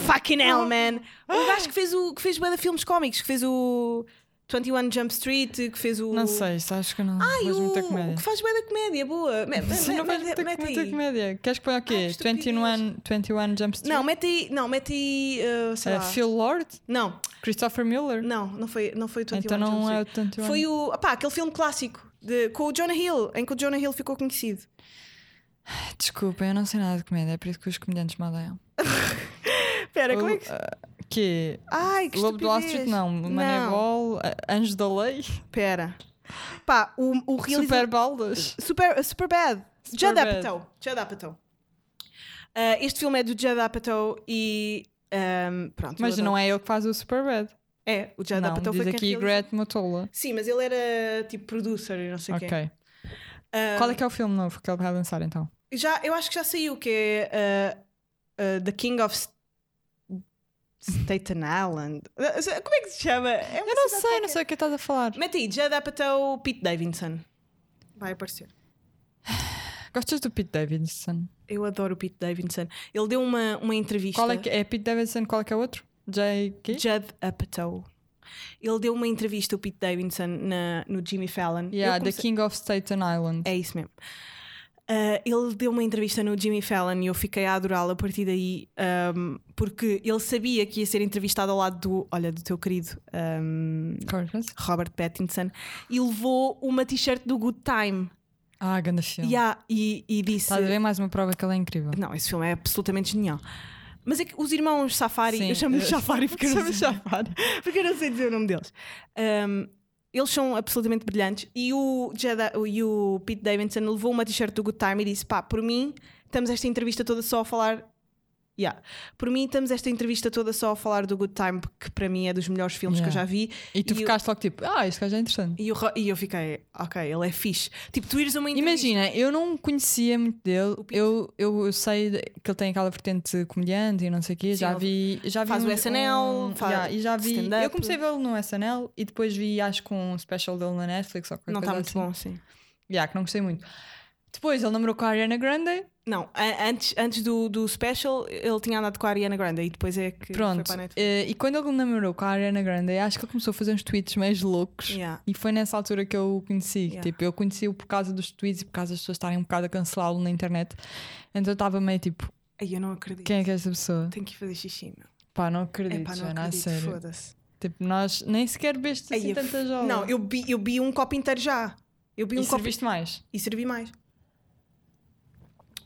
[SPEAKER 2] Fucking hell, man! O
[SPEAKER 3] Ah.
[SPEAKER 2] gajo que fez, o, que fez bué de filmes cómicos, que fez o 21 Jump Street, que fez o.
[SPEAKER 3] Não sei, isso acho que não.
[SPEAKER 2] Ai,
[SPEAKER 3] vejo
[SPEAKER 2] o,
[SPEAKER 3] muita
[SPEAKER 2] o
[SPEAKER 3] comédia.
[SPEAKER 2] que faz bué da comédia, boa. Me- me-
[SPEAKER 3] Sim, não
[SPEAKER 2] me-
[SPEAKER 3] vejo muita,
[SPEAKER 2] mete
[SPEAKER 3] muita
[SPEAKER 2] aí.
[SPEAKER 3] comédia. Queres que ponha o quê?
[SPEAKER 2] que estupidez.
[SPEAKER 3] 21, 21 Jump Street?
[SPEAKER 2] Não, mete aí. Não, mete aí. uh, sei
[SPEAKER 3] Uh,
[SPEAKER 2] lá.
[SPEAKER 3] Phil Lord?
[SPEAKER 2] Não,
[SPEAKER 3] Christopher Miller?
[SPEAKER 2] não, não foi, não foi o 21
[SPEAKER 3] então não é o
[SPEAKER 2] Jump Street.
[SPEAKER 3] 21.
[SPEAKER 2] Foi o. Opá, aquele filme clássico de, com o Jonah Hill, em que o Jonah Hill ficou conhecido.
[SPEAKER 3] Desculpa, eu não sei nada de comédia, é por isso que os comediantes me odeiam.
[SPEAKER 2] Espera, como é
[SPEAKER 3] O-
[SPEAKER 2] que.
[SPEAKER 3] uh, que
[SPEAKER 2] Ai, que
[SPEAKER 3] Lobo do Wall Street,
[SPEAKER 2] estupidez.
[SPEAKER 3] não. Moneyball, uh, Anjos da Lei,
[SPEAKER 2] Espera. Pá, o, o
[SPEAKER 3] Super
[SPEAKER 2] realizador.
[SPEAKER 3] Baldas.
[SPEAKER 2] Super, super bad. Judd
[SPEAKER 3] Superbad.
[SPEAKER 2] Apatow. Judd Apatow. Uh, este filme é do Judd Apatow e. um, pronto.
[SPEAKER 3] Mas não é ele que faz o Superbad.
[SPEAKER 2] É, o Judd
[SPEAKER 3] Não,
[SPEAKER 2] Apatow
[SPEAKER 3] diz
[SPEAKER 2] foi
[SPEAKER 3] aqui
[SPEAKER 2] quem realizou.
[SPEAKER 3] Grant Motola.
[SPEAKER 2] Sim, mas ele era tipo producer e não sei o
[SPEAKER 3] Ok.
[SPEAKER 2] quê. Um,
[SPEAKER 3] Qual é que é o filme novo que ele vai lançar então?
[SPEAKER 2] Já, eu acho que já saiu, que é uh, uh, The King of S- Staten Island. Uh, Como é que se chama? É uma
[SPEAKER 3] Eu
[SPEAKER 2] cidade
[SPEAKER 3] não sei, não
[SPEAKER 2] qualquer.
[SPEAKER 3] sei o que estás a falar.
[SPEAKER 2] Mete aí, Judd Apatow, Pete Davidson. Vai aparecer.
[SPEAKER 3] Gostas do Pete Davidson?
[SPEAKER 2] Eu adoro o Pete Davidson. Ele deu uma, uma entrevista.
[SPEAKER 3] Qual é que é Pete Davidson? Qual é que é o outro? J.K.?
[SPEAKER 2] Judd Apatow. Ele deu uma entrevista, o Pete Davidson, na, no Jimmy Fallon.
[SPEAKER 3] Yeah,
[SPEAKER 2] Eu
[SPEAKER 3] The King of Staten Island.
[SPEAKER 2] É isso mesmo. Ah, ele deu uma entrevista no Jimmy Fallon e eu fiquei a adorá-lo a partir daí, ahm, porque ele sabia que ia ser entrevistado ao lado do, olha, do teu querido ahm,
[SPEAKER 3] Cortas?
[SPEAKER 2] Robert Pattinson e levou uma t-shirt do Good Time
[SPEAKER 3] Ah, grande filme.
[SPEAKER 2] Yeah, e, e disse:
[SPEAKER 3] Estás a ver mais uma prova que ele é incrível.
[SPEAKER 2] Não, esse filme é absolutamente genial. Mas é que os irmãos Safari,
[SPEAKER 3] Sim,
[SPEAKER 2] eu chamo-lhe
[SPEAKER 3] eh,
[SPEAKER 2] Safari porque eu não sei-
[SPEAKER 3] Chama-se Safari.
[SPEAKER 2] porque eu não sei dizer o nome deles. Um, eles são absolutamente brilhantes e o, Jedi- o- e o Pete Davidson levou uma t-shirt do Good Time e disse: pá, por mim, estamos esta entrevista toda só a falar. Yeah. Por mim, estamos esta entrevista toda só a falar do Good Time, que para mim é dos melhores filmes que eu
[SPEAKER 3] Yeah.
[SPEAKER 2] já vi.
[SPEAKER 3] E tu
[SPEAKER 2] eu-
[SPEAKER 3] ficaste logo tipo, ah, este gajo é interessante.
[SPEAKER 2] E eu, ro- e eu fiquei, ok, ele é fixe. Tipo, tu ires a uma entrevista.
[SPEAKER 3] Imagina, eu não conhecia muito dele. Eu, eu, eu sei de- que ele tem aquela vertente de comediante e não sei o quê.
[SPEAKER 2] Sim,
[SPEAKER 3] já
[SPEAKER 2] ele
[SPEAKER 3] vi, já vi um
[SPEAKER 2] faz o SNL, faz
[SPEAKER 3] yeah, e já vi.
[SPEAKER 2] stand-up.
[SPEAKER 3] Eu comecei a vê-lo no SNL e depois vi, acho que um special dele na Netflix ou qualquer
[SPEAKER 2] Não
[SPEAKER 3] coisa
[SPEAKER 2] está muito
[SPEAKER 3] assim.
[SPEAKER 2] bom, sim.
[SPEAKER 3] Yeah, que não gostei muito. Depois ele namorou com a Ariana Grande.
[SPEAKER 2] Não, a- antes, antes do, do special, ele tinha andado com a Ariana Grande e depois é que foi
[SPEAKER 3] Pronto.
[SPEAKER 2] para a Netflix.
[SPEAKER 3] eh, e quando ele namorou com a Ariana Grande, acho que ele começou a fazer uns tweets mais loucos.
[SPEAKER 2] Yeah.
[SPEAKER 3] E foi nessa altura que eu o conheci.
[SPEAKER 2] Yeah.
[SPEAKER 3] Tipo, eu conheci-o por causa dos tweets e por causa das pessoas estarem um bocado a cancelá-lo na internet. Então eu estava meio tipo,
[SPEAKER 2] Ai, eu não acredito.
[SPEAKER 3] quem é que é esta pessoa?
[SPEAKER 2] Tenho que ir fazer xixi, meu.
[SPEAKER 3] Pá, não acredito,
[SPEAKER 2] Tipo, Epá, não
[SPEAKER 3] Joana, a
[SPEAKER 2] acredito,
[SPEAKER 3] sério.
[SPEAKER 2] foda-se.
[SPEAKER 3] Tipo, nós nem sequer bebeste
[SPEAKER 2] Ai,
[SPEAKER 3] assim
[SPEAKER 2] eu-
[SPEAKER 3] tanta jola.
[SPEAKER 2] Não, eu bi, eu bi um copo inteiro já. Eu bi
[SPEAKER 3] E
[SPEAKER 2] um copo
[SPEAKER 3] serviste mais.
[SPEAKER 2] e servi mais.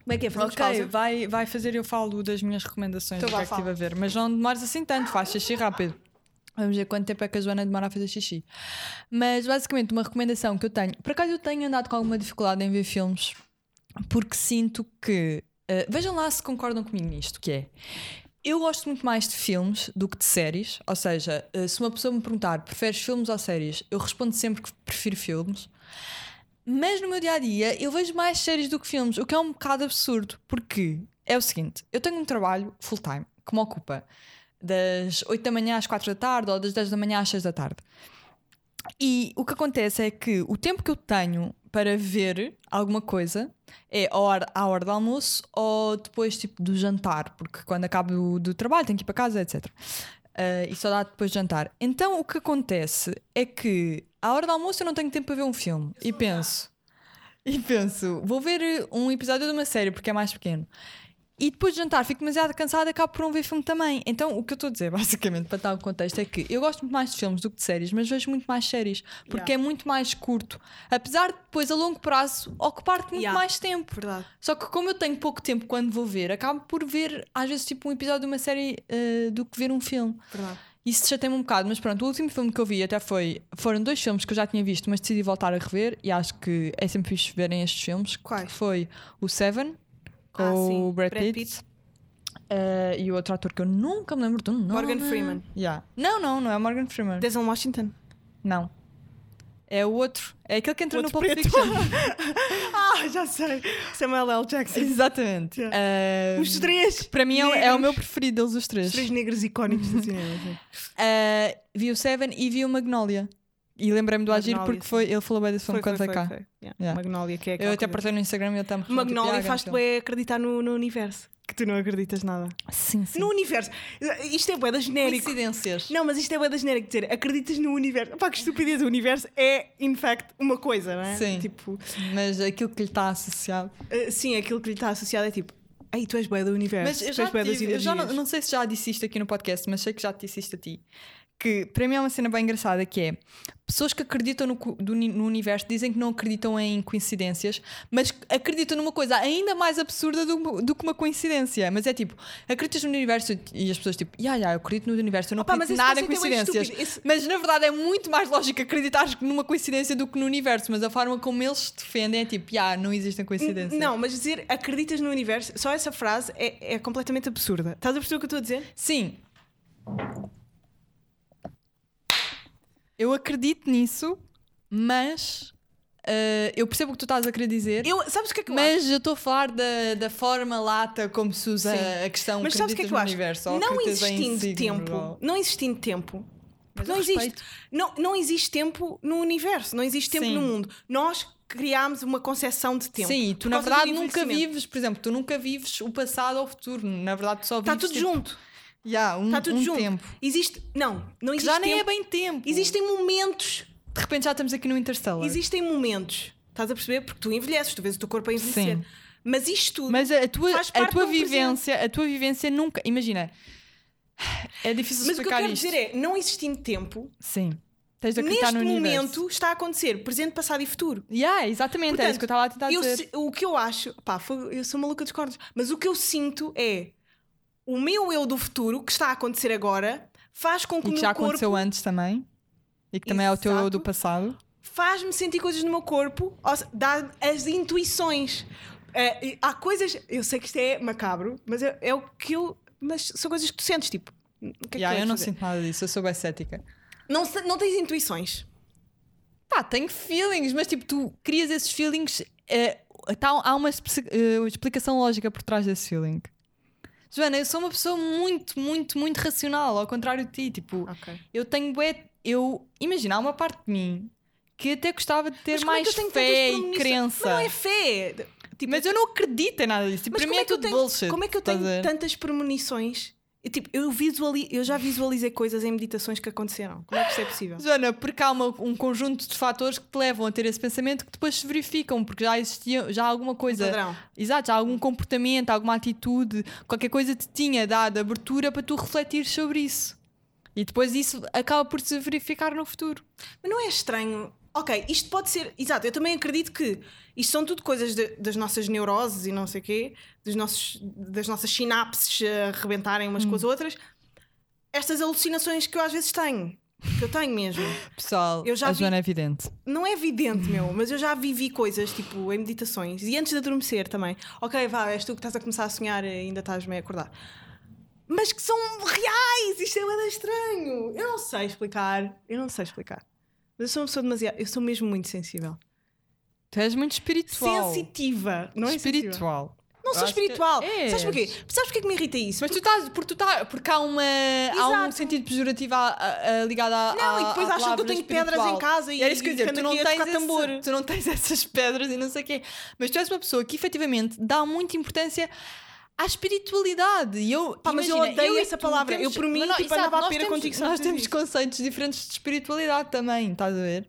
[SPEAKER 2] Como é que é? Fazemos pausa?
[SPEAKER 3] vai, vai fazer, eu falo das minhas recomendações
[SPEAKER 2] Então
[SPEAKER 3] do que
[SPEAKER 2] vá,
[SPEAKER 3] é que
[SPEAKER 2] fala.
[SPEAKER 3] estive a ver. Mas não demores assim tanto, faz xixi rápido. Vamos ver quanto tempo é que a Joana demora a fazer xixi. Mas basicamente, uma recomendação que eu tenho. Por acaso eu tenho andado com alguma dificuldade em ver filmes, porque sinto que. eh, vejam lá se concordam comigo nisto, que é. Eu gosto muito mais de filmes do que de séries. Ou seja, eh, se uma pessoa me perguntar preferes filmes ou séries, eu respondo sempre que prefiro filmes. Mas no meu dia a dia eu vejo mais séries do que filmes, o que é um bocado absurdo, porque é o seguinte: eu tenho um trabalho full-time que me ocupa das 8 da manhã às 4 da tarde ou das 10 da manhã às 6 da tarde. E o que acontece é que o tempo que eu tenho para ver alguma coisa é a hora, à hora do almoço ou depois tipo do jantar, porque quando acabo do, do trabalho tenho que ir para casa, etc. Ah, e só dá depois de jantar. Então o que acontece é que à hora do almoço eu não tenho tempo para ver um filme e penso. E penso, vou ver eh, um episódio de uma série porque é mais pequeno. E depois de jantar fico demasiado cansada e acabo por não ver filme também. Então, o que eu estou a dizer, basicamente, para estar no contexto, é que eu gosto muito mais de filmes do que de séries, mas vejo muito mais séries porque
[SPEAKER 2] Yeah.
[SPEAKER 3] é muito mais curto. Apesar de depois, a longo prazo, ocupar-te muito
[SPEAKER 2] Yeah.
[SPEAKER 3] mais tempo.
[SPEAKER 2] Verdade.
[SPEAKER 3] Só que, como eu tenho pouco tempo quando vou ver, acabo por ver, às vezes, tipo um episódio de uma série eh, do que ver um filme.
[SPEAKER 2] Verdade.
[SPEAKER 3] Isso chateia-me um bocado, mas pronto, o último filme que eu vi até foi. Foram dois filmes que eu já tinha visto, mas decidi voltar a rever e acho que é sempre fixe verem estes filmes. que
[SPEAKER 2] Quais?
[SPEAKER 3] Foi o Seven, com
[SPEAKER 2] Ah, sim,
[SPEAKER 3] o Brad,
[SPEAKER 2] Brad
[SPEAKER 3] Pitt,
[SPEAKER 2] Pitt.
[SPEAKER 3] eh, e o outro ator que eu nunca me lembro do nome.
[SPEAKER 2] Morgan Freeman.
[SPEAKER 3] Yeah. Não, não, não é o Morgan Freeman.
[SPEAKER 2] Denzel Washington.
[SPEAKER 3] Não. É o outro. É aquele que entra
[SPEAKER 2] O
[SPEAKER 3] no
[SPEAKER 2] outro
[SPEAKER 3] Pulp
[SPEAKER 2] preto.
[SPEAKER 3] Fiction.
[SPEAKER 2] ah, já sei. Samuel L. Jackson.
[SPEAKER 3] Exatamente.
[SPEAKER 2] Yeah.
[SPEAKER 3] Eh,
[SPEAKER 2] Os três.
[SPEAKER 3] para mim é, o- é o
[SPEAKER 2] negros.
[SPEAKER 3] meu preferido deles, os três.
[SPEAKER 2] Os três negros icónicos do cinema. sim.
[SPEAKER 3] Eh, vi o Seven e vi o Magnolia. E lembrei-me do Agir
[SPEAKER 2] Magnolia,
[SPEAKER 3] porque foi, ele falou bem desse filme quando veio cá.
[SPEAKER 2] Yeah.
[SPEAKER 3] Yeah.
[SPEAKER 2] Magnolia, que é
[SPEAKER 3] Eu
[SPEAKER 2] aquela
[SPEAKER 3] até
[SPEAKER 2] coisa-
[SPEAKER 3] partei no Instagram e ele também.
[SPEAKER 2] Magnolia faz-te
[SPEAKER 3] então.
[SPEAKER 2] bué acreditar no, no universo. Que tu não acreditas nada.
[SPEAKER 3] Sim, sim.
[SPEAKER 2] então. No universo. Isto é bué da genérico.
[SPEAKER 3] Coincidências.
[SPEAKER 2] Não, mas isto é bué da genérico dizer acreditas no universo. Pá, que estupidez. O universo é, in fact, uma coisa, não é?
[SPEAKER 3] Sim.
[SPEAKER 2] Tipo,
[SPEAKER 3] Mas aquilo que lhe está associado.
[SPEAKER 2] eh, sim, aquilo que lhe está associado é tipo, ei, tu és bué do universo.
[SPEAKER 3] Mas eu
[SPEAKER 2] tu
[SPEAKER 3] já,
[SPEAKER 2] és bué das
[SPEAKER 3] tive- eu já não,
[SPEAKER 2] energias."
[SPEAKER 3] não sei se já disse isto aqui no podcast, mas sei que já te disse isto a ti. Que para mim é uma cena bem engraçada que é pessoas que acreditam no, cu- do uni- no universo dizem que não acreditam em coincidências, mas acreditam numa coisa ainda mais absurda do, do que uma coincidência. Mas é tipo, acreditas no universo e as pessoas tipo, yeah, yeah, eu acredito no universo, eu não
[SPEAKER 2] Opa, mas
[SPEAKER 3] acredito
[SPEAKER 2] esse
[SPEAKER 3] nada em
[SPEAKER 2] conceito é bué
[SPEAKER 3] coincidências.
[SPEAKER 2] estúpido. Esse-
[SPEAKER 3] Mas na verdade é muito mais lógico acreditar numa coincidência do que no universo, mas a forma como eles defendem é tipo, yeah, não existem coincidências.
[SPEAKER 2] Não, mas dizer acreditas no universo, só essa frase é, é completamente absurda. Estás a perceber o que eu estou a dizer?
[SPEAKER 3] Sim. Eu acredito nisso, mas eh, eu percebo o que tu estás a querer dizer.
[SPEAKER 2] Eu, sabes o que é que eu acho?
[SPEAKER 3] Mas eu estou a falar da, da forma lata como se usa
[SPEAKER 2] Sim.
[SPEAKER 3] a questão
[SPEAKER 2] Mas sabes o que é que
[SPEAKER 3] acreditas
[SPEAKER 2] eu
[SPEAKER 3] no
[SPEAKER 2] acho?
[SPEAKER 3] universo, ou
[SPEAKER 2] não
[SPEAKER 3] acreditas em
[SPEAKER 2] existindo
[SPEAKER 3] signos,
[SPEAKER 2] tempo,
[SPEAKER 3] ou-
[SPEAKER 2] não existindo tempo,
[SPEAKER 3] Mas
[SPEAKER 2] porque
[SPEAKER 3] eu
[SPEAKER 2] não existe.
[SPEAKER 3] respeito.
[SPEAKER 2] Não, não existe tempo no universo, não existe tempo
[SPEAKER 3] Sim.
[SPEAKER 2] no mundo. Nós criámos uma concepção de tempo.
[SPEAKER 3] Sim, e tu
[SPEAKER 2] por
[SPEAKER 3] na
[SPEAKER 2] causa do
[SPEAKER 3] verdade nunca
[SPEAKER 2] envelhecimento.
[SPEAKER 3] vives, por exemplo, tu nunca vives o passado ou o futuro. Na verdade, tu só vives.
[SPEAKER 2] Está Tá tudo
[SPEAKER 3] tipo,
[SPEAKER 2] junto.
[SPEAKER 3] yeah, um,
[SPEAKER 2] Está tudo
[SPEAKER 3] um
[SPEAKER 2] junto.
[SPEAKER 3] tempo.
[SPEAKER 2] Existe. Não, não
[SPEAKER 3] Que
[SPEAKER 2] existe.
[SPEAKER 3] já nem é
[SPEAKER 2] tempo.
[SPEAKER 3] bem tempo.
[SPEAKER 2] Existem momentos.
[SPEAKER 3] De repente já estamos aqui no Interstellar.
[SPEAKER 2] Existem momentos. Estás a perceber? Porque tu envelheces, tu vês o teu corpo a envelhecer.
[SPEAKER 3] Sim.
[SPEAKER 2] Mas isto tudo.
[SPEAKER 3] Mas a tua,
[SPEAKER 2] Faz
[SPEAKER 3] a
[SPEAKER 2] parte
[SPEAKER 3] tua
[SPEAKER 2] de um presente.
[SPEAKER 3] vivência, a tua vivência nunca. Imagina. É difícil
[SPEAKER 2] Mas o que eu
[SPEAKER 3] explicar
[SPEAKER 2] quero
[SPEAKER 3] isto.
[SPEAKER 2] dizer é, não existindo tempo,
[SPEAKER 3] Sim. Tens de acreditar
[SPEAKER 2] neste
[SPEAKER 3] no universo.
[SPEAKER 2] momento está a acontecer presente, passado e futuro.
[SPEAKER 3] Yeah, exatamente,
[SPEAKER 2] Portanto,
[SPEAKER 3] é isso que eu estava a tentar
[SPEAKER 2] eu
[SPEAKER 3] dizer.
[SPEAKER 2] se- o que eu acho, pá, foi- eu sou maluca de cordas, mas o que eu sinto é o meu eu do futuro, que está a acontecer agora, faz com que o
[SPEAKER 3] E que
[SPEAKER 2] meu
[SPEAKER 3] já
[SPEAKER 2] corpo
[SPEAKER 3] aconteceu antes também. E que também é o teu eu
[SPEAKER 2] Exato.
[SPEAKER 3] do passado.
[SPEAKER 2] faz-me sentir coisas no meu corpo, ou se- dá as intuições. Eh, e há coisas, eu sei que isto é macabro, mas é, é o que eu. Mas são coisas que tu sentes, tipo. O que é
[SPEAKER 3] Yeah,
[SPEAKER 2] que
[SPEAKER 3] eu não
[SPEAKER 2] fazer?
[SPEAKER 3] sinto nada disso, eu sou bem cética.
[SPEAKER 2] Não, se- não tens intuições.
[SPEAKER 3] Pá, tenho feelings, mas tipo, tu crias esses feelings. eh, tá- há uma espe- eh, explicação lógica por trás desse feeling. Joana, eu sou uma pessoa muito, muito, muito racional, ao contrário de ti. Tipo,
[SPEAKER 2] Ok.
[SPEAKER 3] eu tenho. bué- Eu. Imagina, há uma parte de mim que até gostava de ter
[SPEAKER 2] Mas como é que
[SPEAKER 3] mais
[SPEAKER 2] eu tenho
[SPEAKER 3] fé
[SPEAKER 2] tantas
[SPEAKER 3] e
[SPEAKER 2] premonições?
[SPEAKER 3] crença.
[SPEAKER 2] Mas não é fé. Tipo,
[SPEAKER 3] Mas eu não acredito em nada disso. Tipo,
[SPEAKER 2] mas
[SPEAKER 3] para
[SPEAKER 2] como
[SPEAKER 3] mim é
[SPEAKER 2] que eu
[SPEAKER 3] tudo
[SPEAKER 2] tenho,
[SPEAKER 3] bullshit.
[SPEAKER 2] Como é que eu
[SPEAKER 3] estás
[SPEAKER 2] tenho
[SPEAKER 3] a ver?
[SPEAKER 2] tantas premonições? E, tipo, eu, visuali eu já visualizei coisas em meditações que aconteceram. Como é que isso é possível?
[SPEAKER 3] Joana, porque há uma- um conjunto de fatores que te levam a ter esse pensamento que depois se verificam, porque já existia já há alguma coisa.
[SPEAKER 2] Padrão.
[SPEAKER 3] Exato, já há algum comportamento, alguma atitude, qualquer coisa te tinha dado abertura para tu refletir sobre isso. E depois isso acaba por se verificar no futuro.
[SPEAKER 2] Mas não é estranho? Ok, isto pode ser. Exato, eu também acredito que isto são tudo coisas de- das nossas neuroses e não sei o quê, dos nossos, das nossas sinapses a arrebentarem umas
[SPEAKER 3] Hum.
[SPEAKER 2] com as outras. Estas alucinações que eu às vezes tenho, que eu tenho mesmo.
[SPEAKER 3] Pessoal,
[SPEAKER 2] Eu já
[SPEAKER 3] a
[SPEAKER 2] vi-
[SPEAKER 3] Joana é evidente.
[SPEAKER 2] Não é evidente, meu, mas eu já vivi coisas tipo em meditações e antes de adormecer também. Ok, vá, és tu que estás a começar a sonhar e ainda estás meio a acordar. Mas que são reais, isto é nada estranho. Eu não sei explicar, eu não sei explicar. Mas eu sou uma pessoa demasiado, eu sou mesmo muito sensível.
[SPEAKER 3] Tu és muito espiritual.
[SPEAKER 2] Sensitiva, não é sensível?
[SPEAKER 3] espiritual.
[SPEAKER 2] Não sou
[SPEAKER 3] Acho que é.
[SPEAKER 2] espiritual.
[SPEAKER 3] és.
[SPEAKER 2] Sabes porquê? Sabes porquê que me irrita isso?
[SPEAKER 3] Mas tu estás, porque, tu tá- porque há, uma, há um
[SPEAKER 2] Exato.
[SPEAKER 3] sentido pejorativo a- a- a- ligado à.
[SPEAKER 2] Não,
[SPEAKER 3] à-
[SPEAKER 2] e depois acham que eu
[SPEAKER 3] à palavra
[SPEAKER 2] tenho
[SPEAKER 3] espiritual.
[SPEAKER 2] pedras em casa e,
[SPEAKER 3] Era isso que eu ia dizer,
[SPEAKER 2] ando
[SPEAKER 3] tu não,
[SPEAKER 2] aqui a
[SPEAKER 3] tens
[SPEAKER 2] tocar
[SPEAKER 3] esse-
[SPEAKER 2] tambor.
[SPEAKER 3] tu não tens essas pedras e não sei o quê. Mas tu és uma pessoa que efetivamente dá muita importância à espiritualidade. E eu,
[SPEAKER 2] Pá, mas eu
[SPEAKER 3] imagina,
[SPEAKER 2] odeio
[SPEAKER 3] e
[SPEAKER 2] essa
[SPEAKER 3] tu
[SPEAKER 2] palavra. Eu, por mim,
[SPEAKER 3] Mas
[SPEAKER 2] tipo,
[SPEAKER 3] exato,
[SPEAKER 2] andava à
[SPEAKER 3] nós
[SPEAKER 2] pera
[SPEAKER 3] temos-
[SPEAKER 2] contigo só
[SPEAKER 3] Nós
[SPEAKER 2] por causa
[SPEAKER 3] temos
[SPEAKER 2] disso.
[SPEAKER 3] conceitos diferentes de espiritualidade também, estás a ver?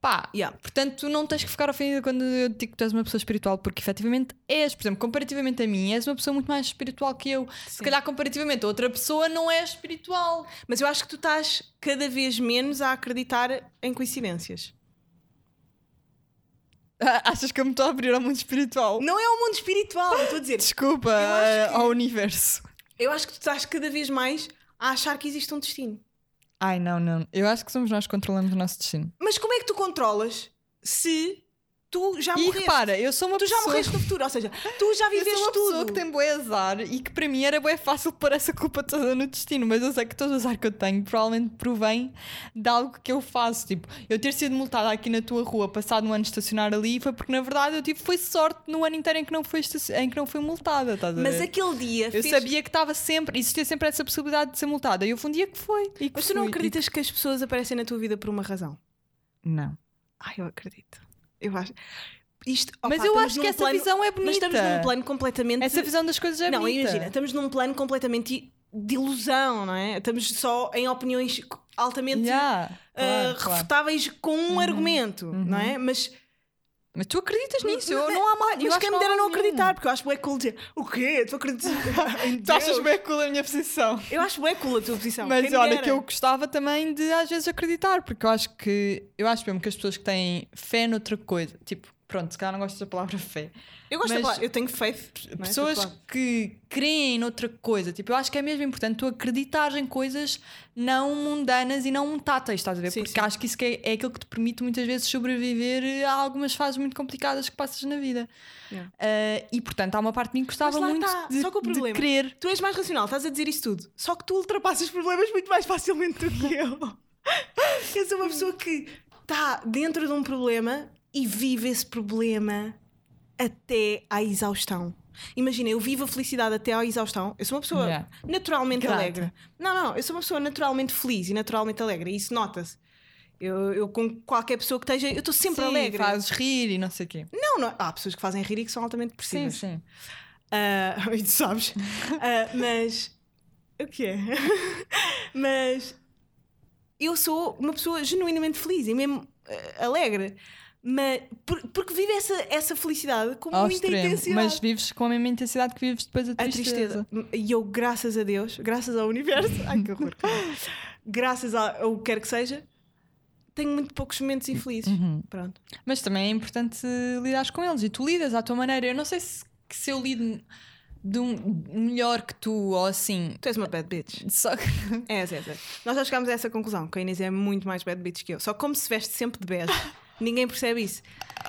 [SPEAKER 3] Pá,
[SPEAKER 2] Yeah.
[SPEAKER 3] Portanto, tu não tens que ficar ofendida quando eu te digo que tu és uma pessoa espiritual, porque efetivamente és, por exemplo, comparativamente a mim, és uma pessoa muito mais espiritual que eu. Se
[SPEAKER 2] Sim.
[SPEAKER 3] calhar, comparativamente a outra pessoa, não é espiritual.
[SPEAKER 2] Mas eu acho que tu estás cada vez menos a acreditar em coincidências.
[SPEAKER 3] Ah, Achas que eu me estou a abrir ao mundo espiritual?
[SPEAKER 2] Não é o mundo espiritual, eu estou a dizer.
[SPEAKER 3] Desculpa,
[SPEAKER 2] Eu acho
[SPEAKER 3] eh, ao universo.
[SPEAKER 2] Eu acho que tu estás cada vez mais a achar que existe um destino.
[SPEAKER 3] Ai, não, não. Eu acho que somos nós que controlamos o nosso destino.
[SPEAKER 2] Mas como é que tu controlas se tu já
[SPEAKER 3] e
[SPEAKER 2] morreste?
[SPEAKER 3] repara, eu sou uma
[SPEAKER 2] tu já
[SPEAKER 3] pessoa.
[SPEAKER 2] morreste no futuro, ou seja, tu já
[SPEAKER 3] eu sou
[SPEAKER 2] viveste
[SPEAKER 3] uma pessoa
[SPEAKER 2] tudo.
[SPEAKER 3] que tem bué azar e que para mim era bué fácil pôr essa culpa toda no destino, mas eu sei que todo o azar que eu tenho provavelmente provém de algo que eu faço. Tipo, eu ter sido multada aqui na tua rua, passado um ano estacionar ali, foi porque na verdade eu tive foi sorte no ano inteiro em que não foi, em que não fui multada, estás a
[SPEAKER 2] Mas é
[SPEAKER 3] ver?
[SPEAKER 2] aquele dia
[SPEAKER 3] Eu
[SPEAKER 2] fez...
[SPEAKER 3] sabia que estava sempre, existia sempre essa possibilidade de ser multada. E houve um dia que foi. E que
[SPEAKER 2] Mas tu não
[SPEAKER 3] fui, tipo, e-
[SPEAKER 2] acreditas que as pessoas aparecem na tua vida por uma razão?
[SPEAKER 3] Não.
[SPEAKER 2] Ai, eu acredito. Eu acho... Isto, opá,
[SPEAKER 3] mas eu
[SPEAKER 2] estamos
[SPEAKER 3] acho
[SPEAKER 2] num
[SPEAKER 3] que essa
[SPEAKER 2] plano-
[SPEAKER 3] visão é
[SPEAKER 2] Nós
[SPEAKER 3] bonita.
[SPEAKER 2] estamos num plano completamente...
[SPEAKER 3] Essa visão das coisas é
[SPEAKER 2] não,
[SPEAKER 3] bonita.
[SPEAKER 2] imagina, estamos num plano completamente de ilusão, não é? Estamos só em opiniões altamente
[SPEAKER 3] Yeah,
[SPEAKER 2] ah,
[SPEAKER 3] claro, Uhum. claro.
[SPEAKER 2] refutáveis com um argumento, não é? Mas
[SPEAKER 3] Mas tu acreditas nisso? eu
[SPEAKER 2] Mas-
[SPEAKER 3] não há mal. eu
[SPEAKER 2] Mas
[SPEAKER 3] acho
[SPEAKER 2] quem
[SPEAKER 3] que
[SPEAKER 2] me dera
[SPEAKER 3] há
[SPEAKER 2] não
[SPEAKER 3] mal
[SPEAKER 2] acreditar, porque eu acho bué cool dizer o quê? Tu acreditas em
[SPEAKER 3] nenhum. Tu achas
[SPEAKER 2] Deus?"
[SPEAKER 3] bem cool a minha posição.
[SPEAKER 2] Eu acho bué cool a tua posição. Quem
[SPEAKER 3] Mas
[SPEAKER 2] me
[SPEAKER 3] olha,
[SPEAKER 2] dera.
[SPEAKER 3] que eu gostava também de às vezes acreditar, porque eu acho que eu acho mesmo que as pessoas que têm fé noutra coisa, tipo, pronto, se calhar não gosto da palavra fé.
[SPEAKER 2] Eu gosto de
[SPEAKER 3] mas-
[SPEAKER 2] falar, eu tenho faith. não é?
[SPEAKER 3] Pessoas
[SPEAKER 2] Estou a falar.
[SPEAKER 3] que creem noutra coisa, tipo, eu acho que é mesmo importante tu acreditares em coisas não mundanas e não táteis, estás a ver?
[SPEAKER 2] Sim,
[SPEAKER 3] porque
[SPEAKER 2] sim.
[SPEAKER 3] acho que isso que é, é aquilo que te permite muitas vezes sobreviver a algumas fases muito complicadas que passas na vida.
[SPEAKER 2] Yeah.
[SPEAKER 3] Ah, e portanto, há uma parte de mim que gostava
[SPEAKER 2] lá
[SPEAKER 3] muito
[SPEAKER 2] está,
[SPEAKER 3] de,
[SPEAKER 2] só que o
[SPEAKER 3] de
[SPEAKER 2] problema-
[SPEAKER 3] querer
[SPEAKER 2] Tu és mais racional, estás a dizer isso tudo. Só que tu ultrapassas problemas muito mais facilmente do que eu. eu sou uma pessoa que está dentro de um problema e vive esse problema até à exaustão. Imagina, eu vivo a felicidade até à exaustão. Eu sou uma pessoa
[SPEAKER 3] Yeah.
[SPEAKER 2] naturalmente
[SPEAKER 3] Grata.
[SPEAKER 2] alegre. Não, não, eu sou uma pessoa naturalmente feliz e naturalmente alegre. E isso nota-se. Eu, eu com qualquer pessoa que esteja, eu estou sempre
[SPEAKER 3] Sim,
[SPEAKER 2] alegre.
[SPEAKER 3] Fazes rir e não sei o quê. Tipo assim,
[SPEAKER 2] Não, não, há pessoas que fazem rir e que são altamente depressivas.
[SPEAKER 3] sim.
[SPEAKER 2] Ah, e tu sabes. Ah, mas. O que é? mas. Eu sou uma pessoa genuinamente feliz e mesmo ah, alegre. Mas, por- porque vive essa, essa felicidade com
[SPEAKER 3] Ao
[SPEAKER 2] muita
[SPEAKER 3] extremo.
[SPEAKER 2] intensidade.
[SPEAKER 3] Mas vives com a mesma intensidade que vives depois a
[SPEAKER 2] A
[SPEAKER 3] tristeza.
[SPEAKER 2] tristeza. E eu, graças a Deus, graças ao universo, ai que horror, calma. graças a- ao que quer que seja, tenho muito poucos momentos infelizes.
[SPEAKER 3] Uhum.
[SPEAKER 2] Pronto.
[SPEAKER 3] Mas também é importante lidares com eles e tu lidas à tua maneira. Eu não sei se, que se eu lido de um- melhor que tu ou assim.
[SPEAKER 2] Tu és uma bad bitch.
[SPEAKER 3] Só que
[SPEAKER 2] É, é, é. Nós já chegámos a essa conclusão, que a Inês é muito mais bad bitch que eu. Só como se veste sempre de bege Ninguém percebe isso.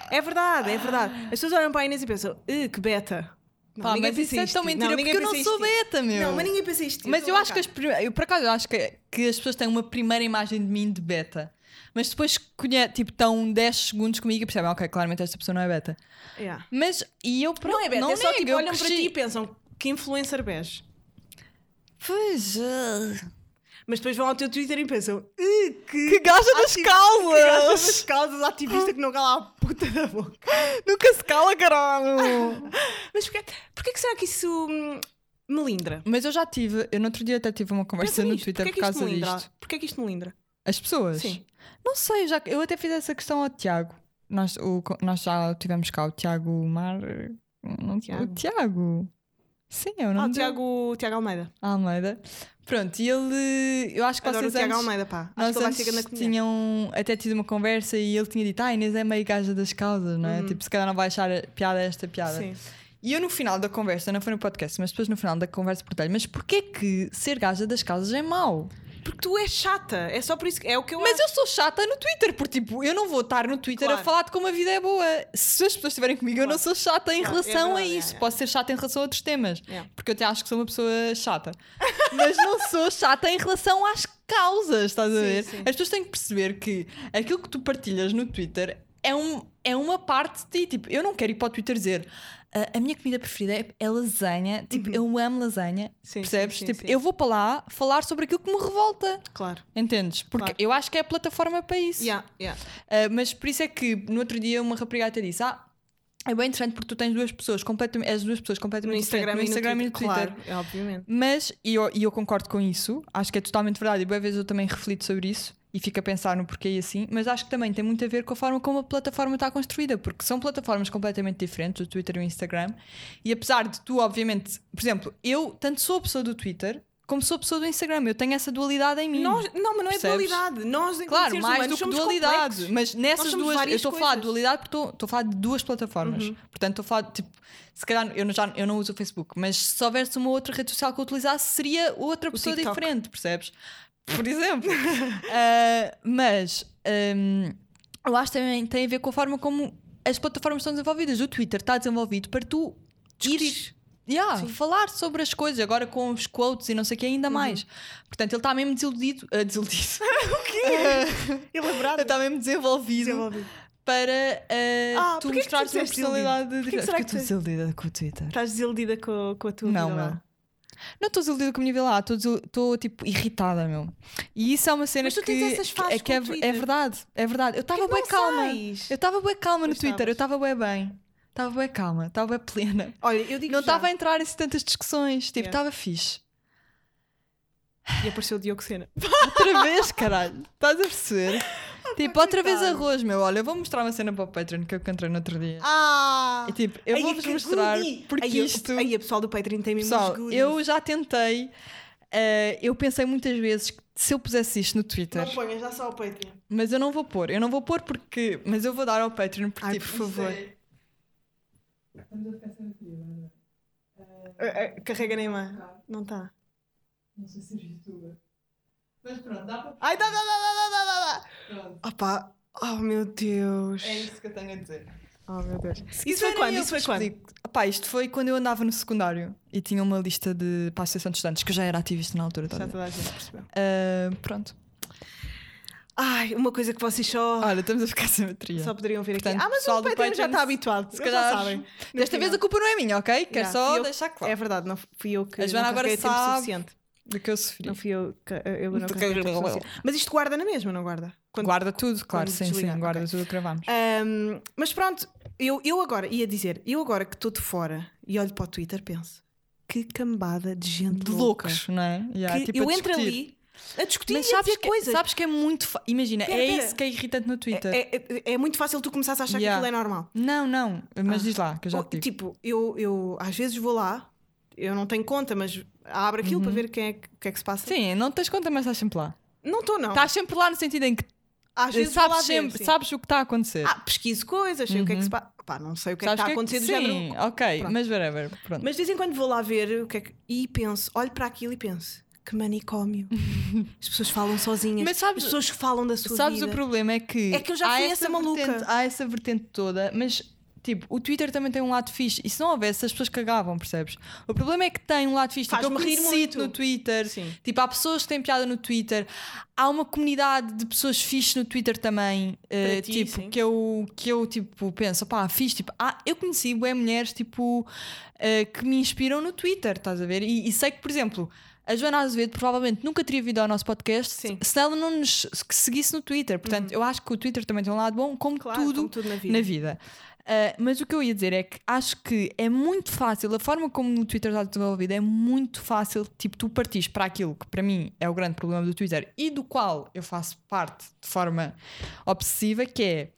[SPEAKER 2] É verdade, é verdade. As pessoas olham para a Inês e pensam, "Eh, que beta. Não,
[SPEAKER 3] Pá,
[SPEAKER 2] ninguém
[SPEAKER 3] mas isso
[SPEAKER 2] pensa
[SPEAKER 3] é
[SPEAKER 2] isto.
[SPEAKER 3] tão mentira
[SPEAKER 2] ninguém
[SPEAKER 3] porque eu não
[SPEAKER 2] pensa
[SPEAKER 3] sou
[SPEAKER 2] isto.
[SPEAKER 3] beta, meu.
[SPEAKER 2] Não, mas ninguém pensa isto.
[SPEAKER 3] Mas
[SPEAKER 2] estou
[SPEAKER 3] eu
[SPEAKER 2] a
[SPEAKER 3] acho que as,
[SPEAKER 2] brincar.
[SPEAKER 3] prime- eu por acaso eu acho que, que as pessoas têm uma primeira imagem de mim de beta, mas depois conhe- tipo, estão 10 segundos comigo e percebem, ok, claramente esta pessoa não é beta.
[SPEAKER 2] Yeah.
[SPEAKER 3] Mas e eu
[SPEAKER 2] Não é beta, é só
[SPEAKER 3] nego,
[SPEAKER 2] tipo,
[SPEAKER 3] eu
[SPEAKER 2] olham para
[SPEAKER 3] cresci-
[SPEAKER 2] ti e pensam, que influencer beijo.
[SPEAKER 3] Pois, ah,
[SPEAKER 2] Mas depois vão ao teu Twitter e pensam, "Eh, que
[SPEAKER 3] que gaja das
[SPEAKER 2] causas,
[SPEAKER 3] causas!
[SPEAKER 2] das causas ativista que não cala a puta da boca.
[SPEAKER 3] Nunca se cala, caralho!
[SPEAKER 2] Mas porquê, porquê que será que isso hum, melindra?
[SPEAKER 3] mas eu já tive, eu no outro dia até tive uma conversa
[SPEAKER 2] Pensa
[SPEAKER 3] no
[SPEAKER 2] nisto,
[SPEAKER 3] Twitter
[SPEAKER 2] porquê
[SPEAKER 3] por causa
[SPEAKER 2] que é isto melindra?
[SPEAKER 3] disto.
[SPEAKER 2] Porquê que isto melindra?
[SPEAKER 3] As pessoas?
[SPEAKER 2] Sim.
[SPEAKER 3] Não sei, eu já, eu até fiz essa questão ao Tiago. Nós, o, nós já tivemos cá o Tiago Mar. Não,
[SPEAKER 2] Tiago.
[SPEAKER 3] O Tiago. Sim, é o
[SPEAKER 2] Ah,
[SPEAKER 3] nome
[SPEAKER 2] o
[SPEAKER 3] dele.
[SPEAKER 2] Tiago, Tiago Almeida.
[SPEAKER 3] Almeida. Pronto, e ele. Eu acho que
[SPEAKER 2] Adoro o
[SPEAKER 3] vocês
[SPEAKER 2] Tiago
[SPEAKER 3] antes,
[SPEAKER 2] Almeida, pá. Ah, Acho
[SPEAKER 3] nós
[SPEAKER 2] que ele vai
[SPEAKER 3] antes
[SPEAKER 2] ser grande comediante.
[SPEAKER 3] tinham até tido uma conversa e ele tinha dito: Ah, Inês é meio gaja das causas, não é? Tipo, se calhar não vai achar a- piada a esta piada.
[SPEAKER 2] Uhum. Sim.
[SPEAKER 3] E eu no final da conversa, não foi no podcast, mas depois no final da conversa perguntei-lhe: Mas porquê que ser gaja das causas é mau?
[SPEAKER 2] Porque tu és chata. É só por isso que é o que eu
[SPEAKER 3] Mas
[SPEAKER 2] acho.
[SPEAKER 3] eu sou chata no Twitter, porque tipo, eu não vou estar no Twitter
[SPEAKER 2] Claro.
[SPEAKER 3] a falar de como a vida é boa. Se as pessoas estiverem comigo, eu não sou chata em
[SPEAKER 2] Claro, é
[SPEAKER 3] relação a
[SPEAKER 2] verdade, é,
[SPEAKER 3] isso.
[SPEAKER 2] é.
[SPEAKER 3] Posso ser chata em relação a outros temas,
[SPEAKER 2] É.
[SPEAKER 3] porque eu até acho que sou uma pessoa chata. Mas não sou chata em relação às causas, estás a
[SPEAKER 2] Sim,
[SPEAKER 3] ver?
[SPEAKER 2] sim.
[SPEAKER 3] As pessoas têm que perceber que aquilo que tu partilhas no Twitter é, um, é uma parte de ti. Tipo, eu não quero ir para o Twitter dizer. "Ah, A minha comida preferida é- é lasanha. Tipo, eu amo lasanha.
[SPEAKER 2] Uhum. Sim, sim,
[SPEAKER 3] percebes?
[SPEAKER 2] sim,
[SPEAKER 3] tipo,
[SPEAKER 2] sim.
[SPEAKER 3] eu vou para lá falar sobre aquilo que me revolta.
[SPEAKER 2] Claro.
[SPEAKER 3] Entendes? Porque
[SPEAKER 2] Claro.
[SPEAKER 3] eu acho que é a plataforma para isso.
[SPEAKER 2] Yeah, yeah.
[SPEAKER 3] Ah, mas por isso é que no outro dia uma rapariga até disse: Ah, é bem interessante porque tu tens duas pessoas completamente, as duas pessoas
[SPEAKER 2] No
[SPEAKER 3] completamente
[SPEAKER 2] Instagram,
[SPEAKER 3] diferentes no Instagram e no Twitter.
[SPEAKER 2] Claro, é, obviamente.
[SPEAKER 3] Mas, e eu, e eu concordo com isso, acho que é totalmente verdade, e boas vezes eu também reflito sobre isso e fico a pensar no porquê e assim, mas acho que também tem muito a ver com a forma como a plataforma está construída, porque são plataformas completamente diferentes, o Twitter e o Instagram, e apesar de tu, obviamente, por exemplo, eu tanto sou a pessoa do Twitter como sou a pessoa do Instagram, eu tenho essa dualidade em mim.
[SPEAKER 2] Nós, não, mas não é
[SPEAKER 3] Percebes?
[SPEAKER 2] dualidade. Nós, enquanto
[SPEAKER 3] Claro,
[SPEAKER 2] seres
[SPEAKER 3] mais
[SPEAKER 2] humanos,
[SPEAKER 3] do que
[SPEAKER 2] somos
[SPEAKER 3] dualidade.
[SPEAKER 2] complexos.
[SPEAKER 3] Mas
[SPEAKER 2] Nós
[SPEAKER 3] nessas
[SPEAKER 2] somos
[SPEAKER 3] duas, eu
[SPEAKER 2] várias
[SPEAKER 3] estou a falar de
[SPEAKER 2] coisas. Uhum.
[SPEAKER 3] dualidade porque estou- estou a falar de duas plataformas. Portanto, estou a falar de tipo, se calhar eu não, já, eu não uso o Facebook, mas se houvesse uma outra rede social que eu utilizasse, seria outra pessoa
[SPEAKER 2] TikTok.
[SPEAKER 3] diferente, percebes? Por exemplo. Ah, mas hum, eu acho que também tem a ver com a forma como as plataformas estão desenvolvidas. O Twitter está desenvolvido para tu ir.
[SPEAKER 2] Discutires.
[SPEAKER 3] Yeah, falar sobre as coisas, agora com os quotes e não sei o que, ainda
[SPEAKER 2] Uhum.
[SPEAKER 3] mais. Portanto, ele está mesmo desiludido. ah, desiludido. Ah,
[SPEAKER 2] Elaborado.
[SPEAKER 3] Está mesmo desenvolvido,
[SPEAKER 2] Desenvolvido.
[SPEAKER 3] para uh,
[SPEAKER 2] Ah,
[SPEAKER 3] tu
[SPEAKER 2] porquê é que tu
[SPEAKER 3] mostrares uma
[SPEAKER 2] disseste
[SPEAKER 3] personalidade
[SPEAKER 2] desiludido? Porquê que
[SPEAKER 3] diferente.
[SPEAKER 2] será
[SPEAKER 3] Porque
[SPEAKER 2] que
[SPEAKER 3] tu
[SPEAKER 2] tu-
[SPEAKER 3] desiludida com o Twitter.
[SPEAKER 2] Estás desiludida com, com a tua
[SPEAKER 3] Não,
[SPEAKER 2] vida lá.
[SPEAKER 3] meu. Não estou desiludida com a minha vida lá, estou desil- estou tipo irritada, meu. E isso é uma cena
[SPEAKER 2] Mas tu
[SPEAKER 3] que,
[SPEAKER 2] tens essas
[SPEAKER 3] que, é,
[SPEAKER 2] fases
[SPEAKER 3] que é,
[SPEAKER 2] com o
[SPEAKER 3] ver- é
[SPEAKER 2] Twitter.
[SPEAKER 3] verdade, é verdade. Eu estava
[SPEAKER 2] Porquê
[SPEAKER 3] bem
[SPEAKER 2] que não
[SPEAKER 3] calma.
[SPEAKER 2] sais?
[SPEAKER 3] Eu estava bem calma no
[SPEAKER 2] Pois
[SPEAKER 3] Twitter, eu
[SPEAKER 2] estavas.
[SPEAKER 3] estava bem bem. Estava bem calma, estava bem plena.
[SPEAKER 2] Olha, eu digo já.
[SPEAKER 3] Não
[SPEAKER 2] É.
[SPEAKER 3] estava a entrar em tantas discussões, tipo,
[SPEAKER 2] Yeah.
[SPEAKER 3] estava fixe.
[SPEAKER 2] E apareceu o Diogo Sena.
[SPEAKER 3] Outra vez, caralho. Estás a perceber? tipo, outra vez
[SPEAKER 2] Ah, coitado.
[SPEAKER 3] arroz, meu. Olha, eu vou mostrar uma cena para o Patreon que eu encontrei no outro dia.
[SPEAKER 2] Ah!
[SPEAKER 3] E tipo, eu vou-vos mostrar porque
[SPEAKER 2] aí,
[SPEAKER 3] isto.
[SPEAKER 2] Aí a pessoal do Patreon tem mesmo
[SPEAKER 3] pessoal,
[SPEAKER 2] uns goodies.
[SPEAKER 3] eu já tentei. eh, eu pensei muitas vezes que se eu pusesse isto no Twitter,
[SPEAKER 2] Não ponhas, dá só ao Patreon.
[SPEAKER 3] mas eu não vou pôr. Eu não vou pôr porque. Mas eu vou dar ao Patreon porque.
[SPEAKER 2] Ai,
[SPEAKER 3] tipo,
[SPEAKER 2] por favor.
[SPEAKER 3] isto é-
[SPEAKER 2] Ah, ah, Carrega nem má. Não tá. está.
[SPEAKER 3] Não sei se viste tu. Mas pronto, dá para.
[SPEAKER 2] Ai, dá, dá, dá, dá, dá, dá, dá.
[SPEAKER 3] Pronto.
[SPEAKER 2] Opa! Oh meu Deus!
[SPEAKER 3] É isso que eu tenho a dizer.
[SPEAKER 2] Oh meu Deus!
[SPEAKER 3] Se
[SPEAKER 2] Isso foi
[SPEAKER 3] quiserem,
[SPEAKER 2] quando?
[SPEAKER 3] eu
[SPEAKER 2] Isso foi
[SPEAKER 3] vos
[SPEAKER 2] quando?
[SPEAKER 3] explico. Pá, isto foi quando eu andava no secundário e tinha uma lista de para a Associação de Estudantes, que eu já era ativista na altura. estás
[SPEAKER 2] Já
[SPEAKER 3] a ver?
[SPEAKER 2] toda a gente percebeu.
[SPEAKER 3] Ah, pronto.
[SPEAKER 2] Ai, uma coisa que vocês só,
[SPEAKER 3] Olha, estamos a ficar sem bateria.
[SPEAKER 2] Ah. só poderiam ouvir aqui.
[SPEAKER 3] Portanto,
[SPEAKER 2] ah, mas
[SPEAKER 3] pessoal
[SPEAKER 2] o
[SPEAKER 3] do
[SPEAKER 2] Patreon, já
[SPEAKER 3] Patreon,
[SPEAKER 2] está habituado.
[SPEAKER 3] se
[SPEAKER 2] Se
[SPEAKER 3] calhar-
[SPEAKER 2] já sabem. No
[SPEAKER 3] Desta
[SPEAKER 2] final.
[SPEAKER 3] vez a culpa não é minha, ok? Quero
[SPEAKER 2] Yeah,
[SPEAKER 3] só
[SPEAKER 2] fui eu-
[SPEAKER 3] deixar claro
[SPEAKER 2] É verdade, não fui eu que
[SPEAKER 3] A Joana
[SPEAKER 2] não
[SPEAKER 3] agora
[SPEAKER 2] carreguei tempo
[SPEAKER 3] sabe.
[SPEAKER 2] suficiente.
[SPEAKER 3] do que eu sofri.
[SPEAKER 2] Não fui eu que eh, eu não
[SPEAKER 3] Porque-
[SPEAKER 2] carreguei tempo suficiente. Mas isto guarda na mesma, não guarda? Quando-
[SPEAKER 3] guarda tudo, claro,
[SPEAKER 2] quando
[SPEAKER 3] sim,
[SPEAKER 2] desligar,
[SPEAKER 3] sim, guarda
[SPEAKER 2] ok.
[SPEAKER 3] tudo o que gravámos.
[SPEAKER 2] Ahm, mas pronto, eu, eu agora ia dizer, eu agora que estou de fora e olho para o Twitter, penso que cambada de gente
[SPEAKER 3] De loucos, não é?
[SPEAKER 2] louca.
[SPEAKER 3] Yeah,
[SPEAKER 2] Que
[SPEAKER 3] tipo,
[SPEAKER 2] eu
[SPEAKER 3] a
[SPEAKER 2] entro
[SPEAKER 3] discutir.
[SPEAKER 2] ali a discutir
[SPEAKER 3] Mas
[SPEAKER 2] e a
[SPEAKER 3] sabes
[SPEAKER 2] dizer
[SPEAKER 3] que,
[SPEAKER 2] coisas.
[SPEAKER 3] sabes que é muito. fa- Imagina,
[SPEAKER 2] Pera,
[SPEAKER 3] é
[SPEAKER 2] pera.
[SPEAKER 3] isso que é irritante no Twitter.
[SPEAKER 2] É, é- é muito fácil tu começares a achar
[SPEAKER 3] Yeah.
[SPEAKER 2] que aquilo é normal.
[SPEAKER 3] Não, não, mas
[SPEAKER 2] Ah.
[SPEAKER 3] diz lá, que eu já
[SPEAKER 2] Ou,
[SPEAKER 3] te digo.
[SPEAKER 2] tipo, eu, eu às vezes vou lá, eu não tenho conta, mas abro aquilo para ver quem é, que- o que é que se passa.
[SPEAKER 3] Uhum. Sim, não tens conta, mas estás sempre lá.
[SPEAKER 2] Não estou, não.
[SPEAKER 3] Estás sempre lá no sentido em que
[SPEAKER 2] às vezes vou lá
[SPEAKER 3] sabes,
[SPEAKER 2] ver,
[SPEAKER 3] sempre,
[SPEAKER 2] sim.
[SPEAKER 3] sabes o que está a acontecer.
[SPEAKER 2] Ah, pesquiso coisas, sei o que é que se passa. Pá, não sei o que é que
[SPEAKER 3] Uhum. sabes
[SPEAKER 2] está a acontecer do género.
[SPEAKER 3] Sim, ok,
[SPEAKER 2] Pronto.
[SPEAKER 3] mas whatever. Pronto.
[SPEAKER 2] Mas de vez em quando vou lá ver o que é que. E penso, olho para aquilo e penso: que manicômio. As pessoas falam sozinhas.
[SPEAKER 3] Mas sabes-
[SPEAKER 2] As pessoas que falam da sua
[SPEAKER 3] Sabes
[SPEAKER 2] vida.
[SPEAKER 3] o problema é que.
[SPEAKER 2] É que eu já
[SPEAKER 3] há
[SPEAKER 2] fui essa maluca.
[SPEAKER 3] vertente- há essa vertente toda, mas tipo, o Twitter também tem um lado fixe. E se não houvesse, as pessoas cagavam, percebes? O problema é que tem um lado fixe. Tipo, eu
[SPEAKER 2] Faz-me rir
[SPEAKER 3] me
[SPEAKER 2] muito.
[SPEAKER 3] no Twitter.
[SPEAKER 2] Sim.
[SPEAKER 3] Tipo, há pessoas que têm piada no Twitter. Há uma comunidade de pessoas fixe no Twitter também. eh,
[SPEAKER 2] ti,
[SPEAKER 3] tipo,
[SPEAKER 2] sim.
[SPEAKER 3] que eu, que eu tipo, penso, pá, fixe. Tipo, ah, eu conheci bué mulheres tipo, eh, que me inspiram no Twitter, estás a ver? E, e sei que, por exemplo. A Joana Azevedo provavelmente nunca teria vindo ao nosso podcast
[SPEAKER 2] Sim. Uhum.
[SPEAKER 3] se ela não nos seguisse no Twitter. Portanto, eu acho que o Twitter também tem um lado bom, como
[SPEAKER 2] Claro,
[SPEAKER 3] tudo
[SPEAKER 2] como tudo na vida.
[SPEAKER 3] na vida. Ah, mas o que eu ia dizer é que acho que é muito fácil, a forma como o Twitter está desenvolvido é muito fácil, tipo, tu partires para aquilo que para mim é o grande problema do Twitter e do qual eu faço parte de forma obsessiva, que é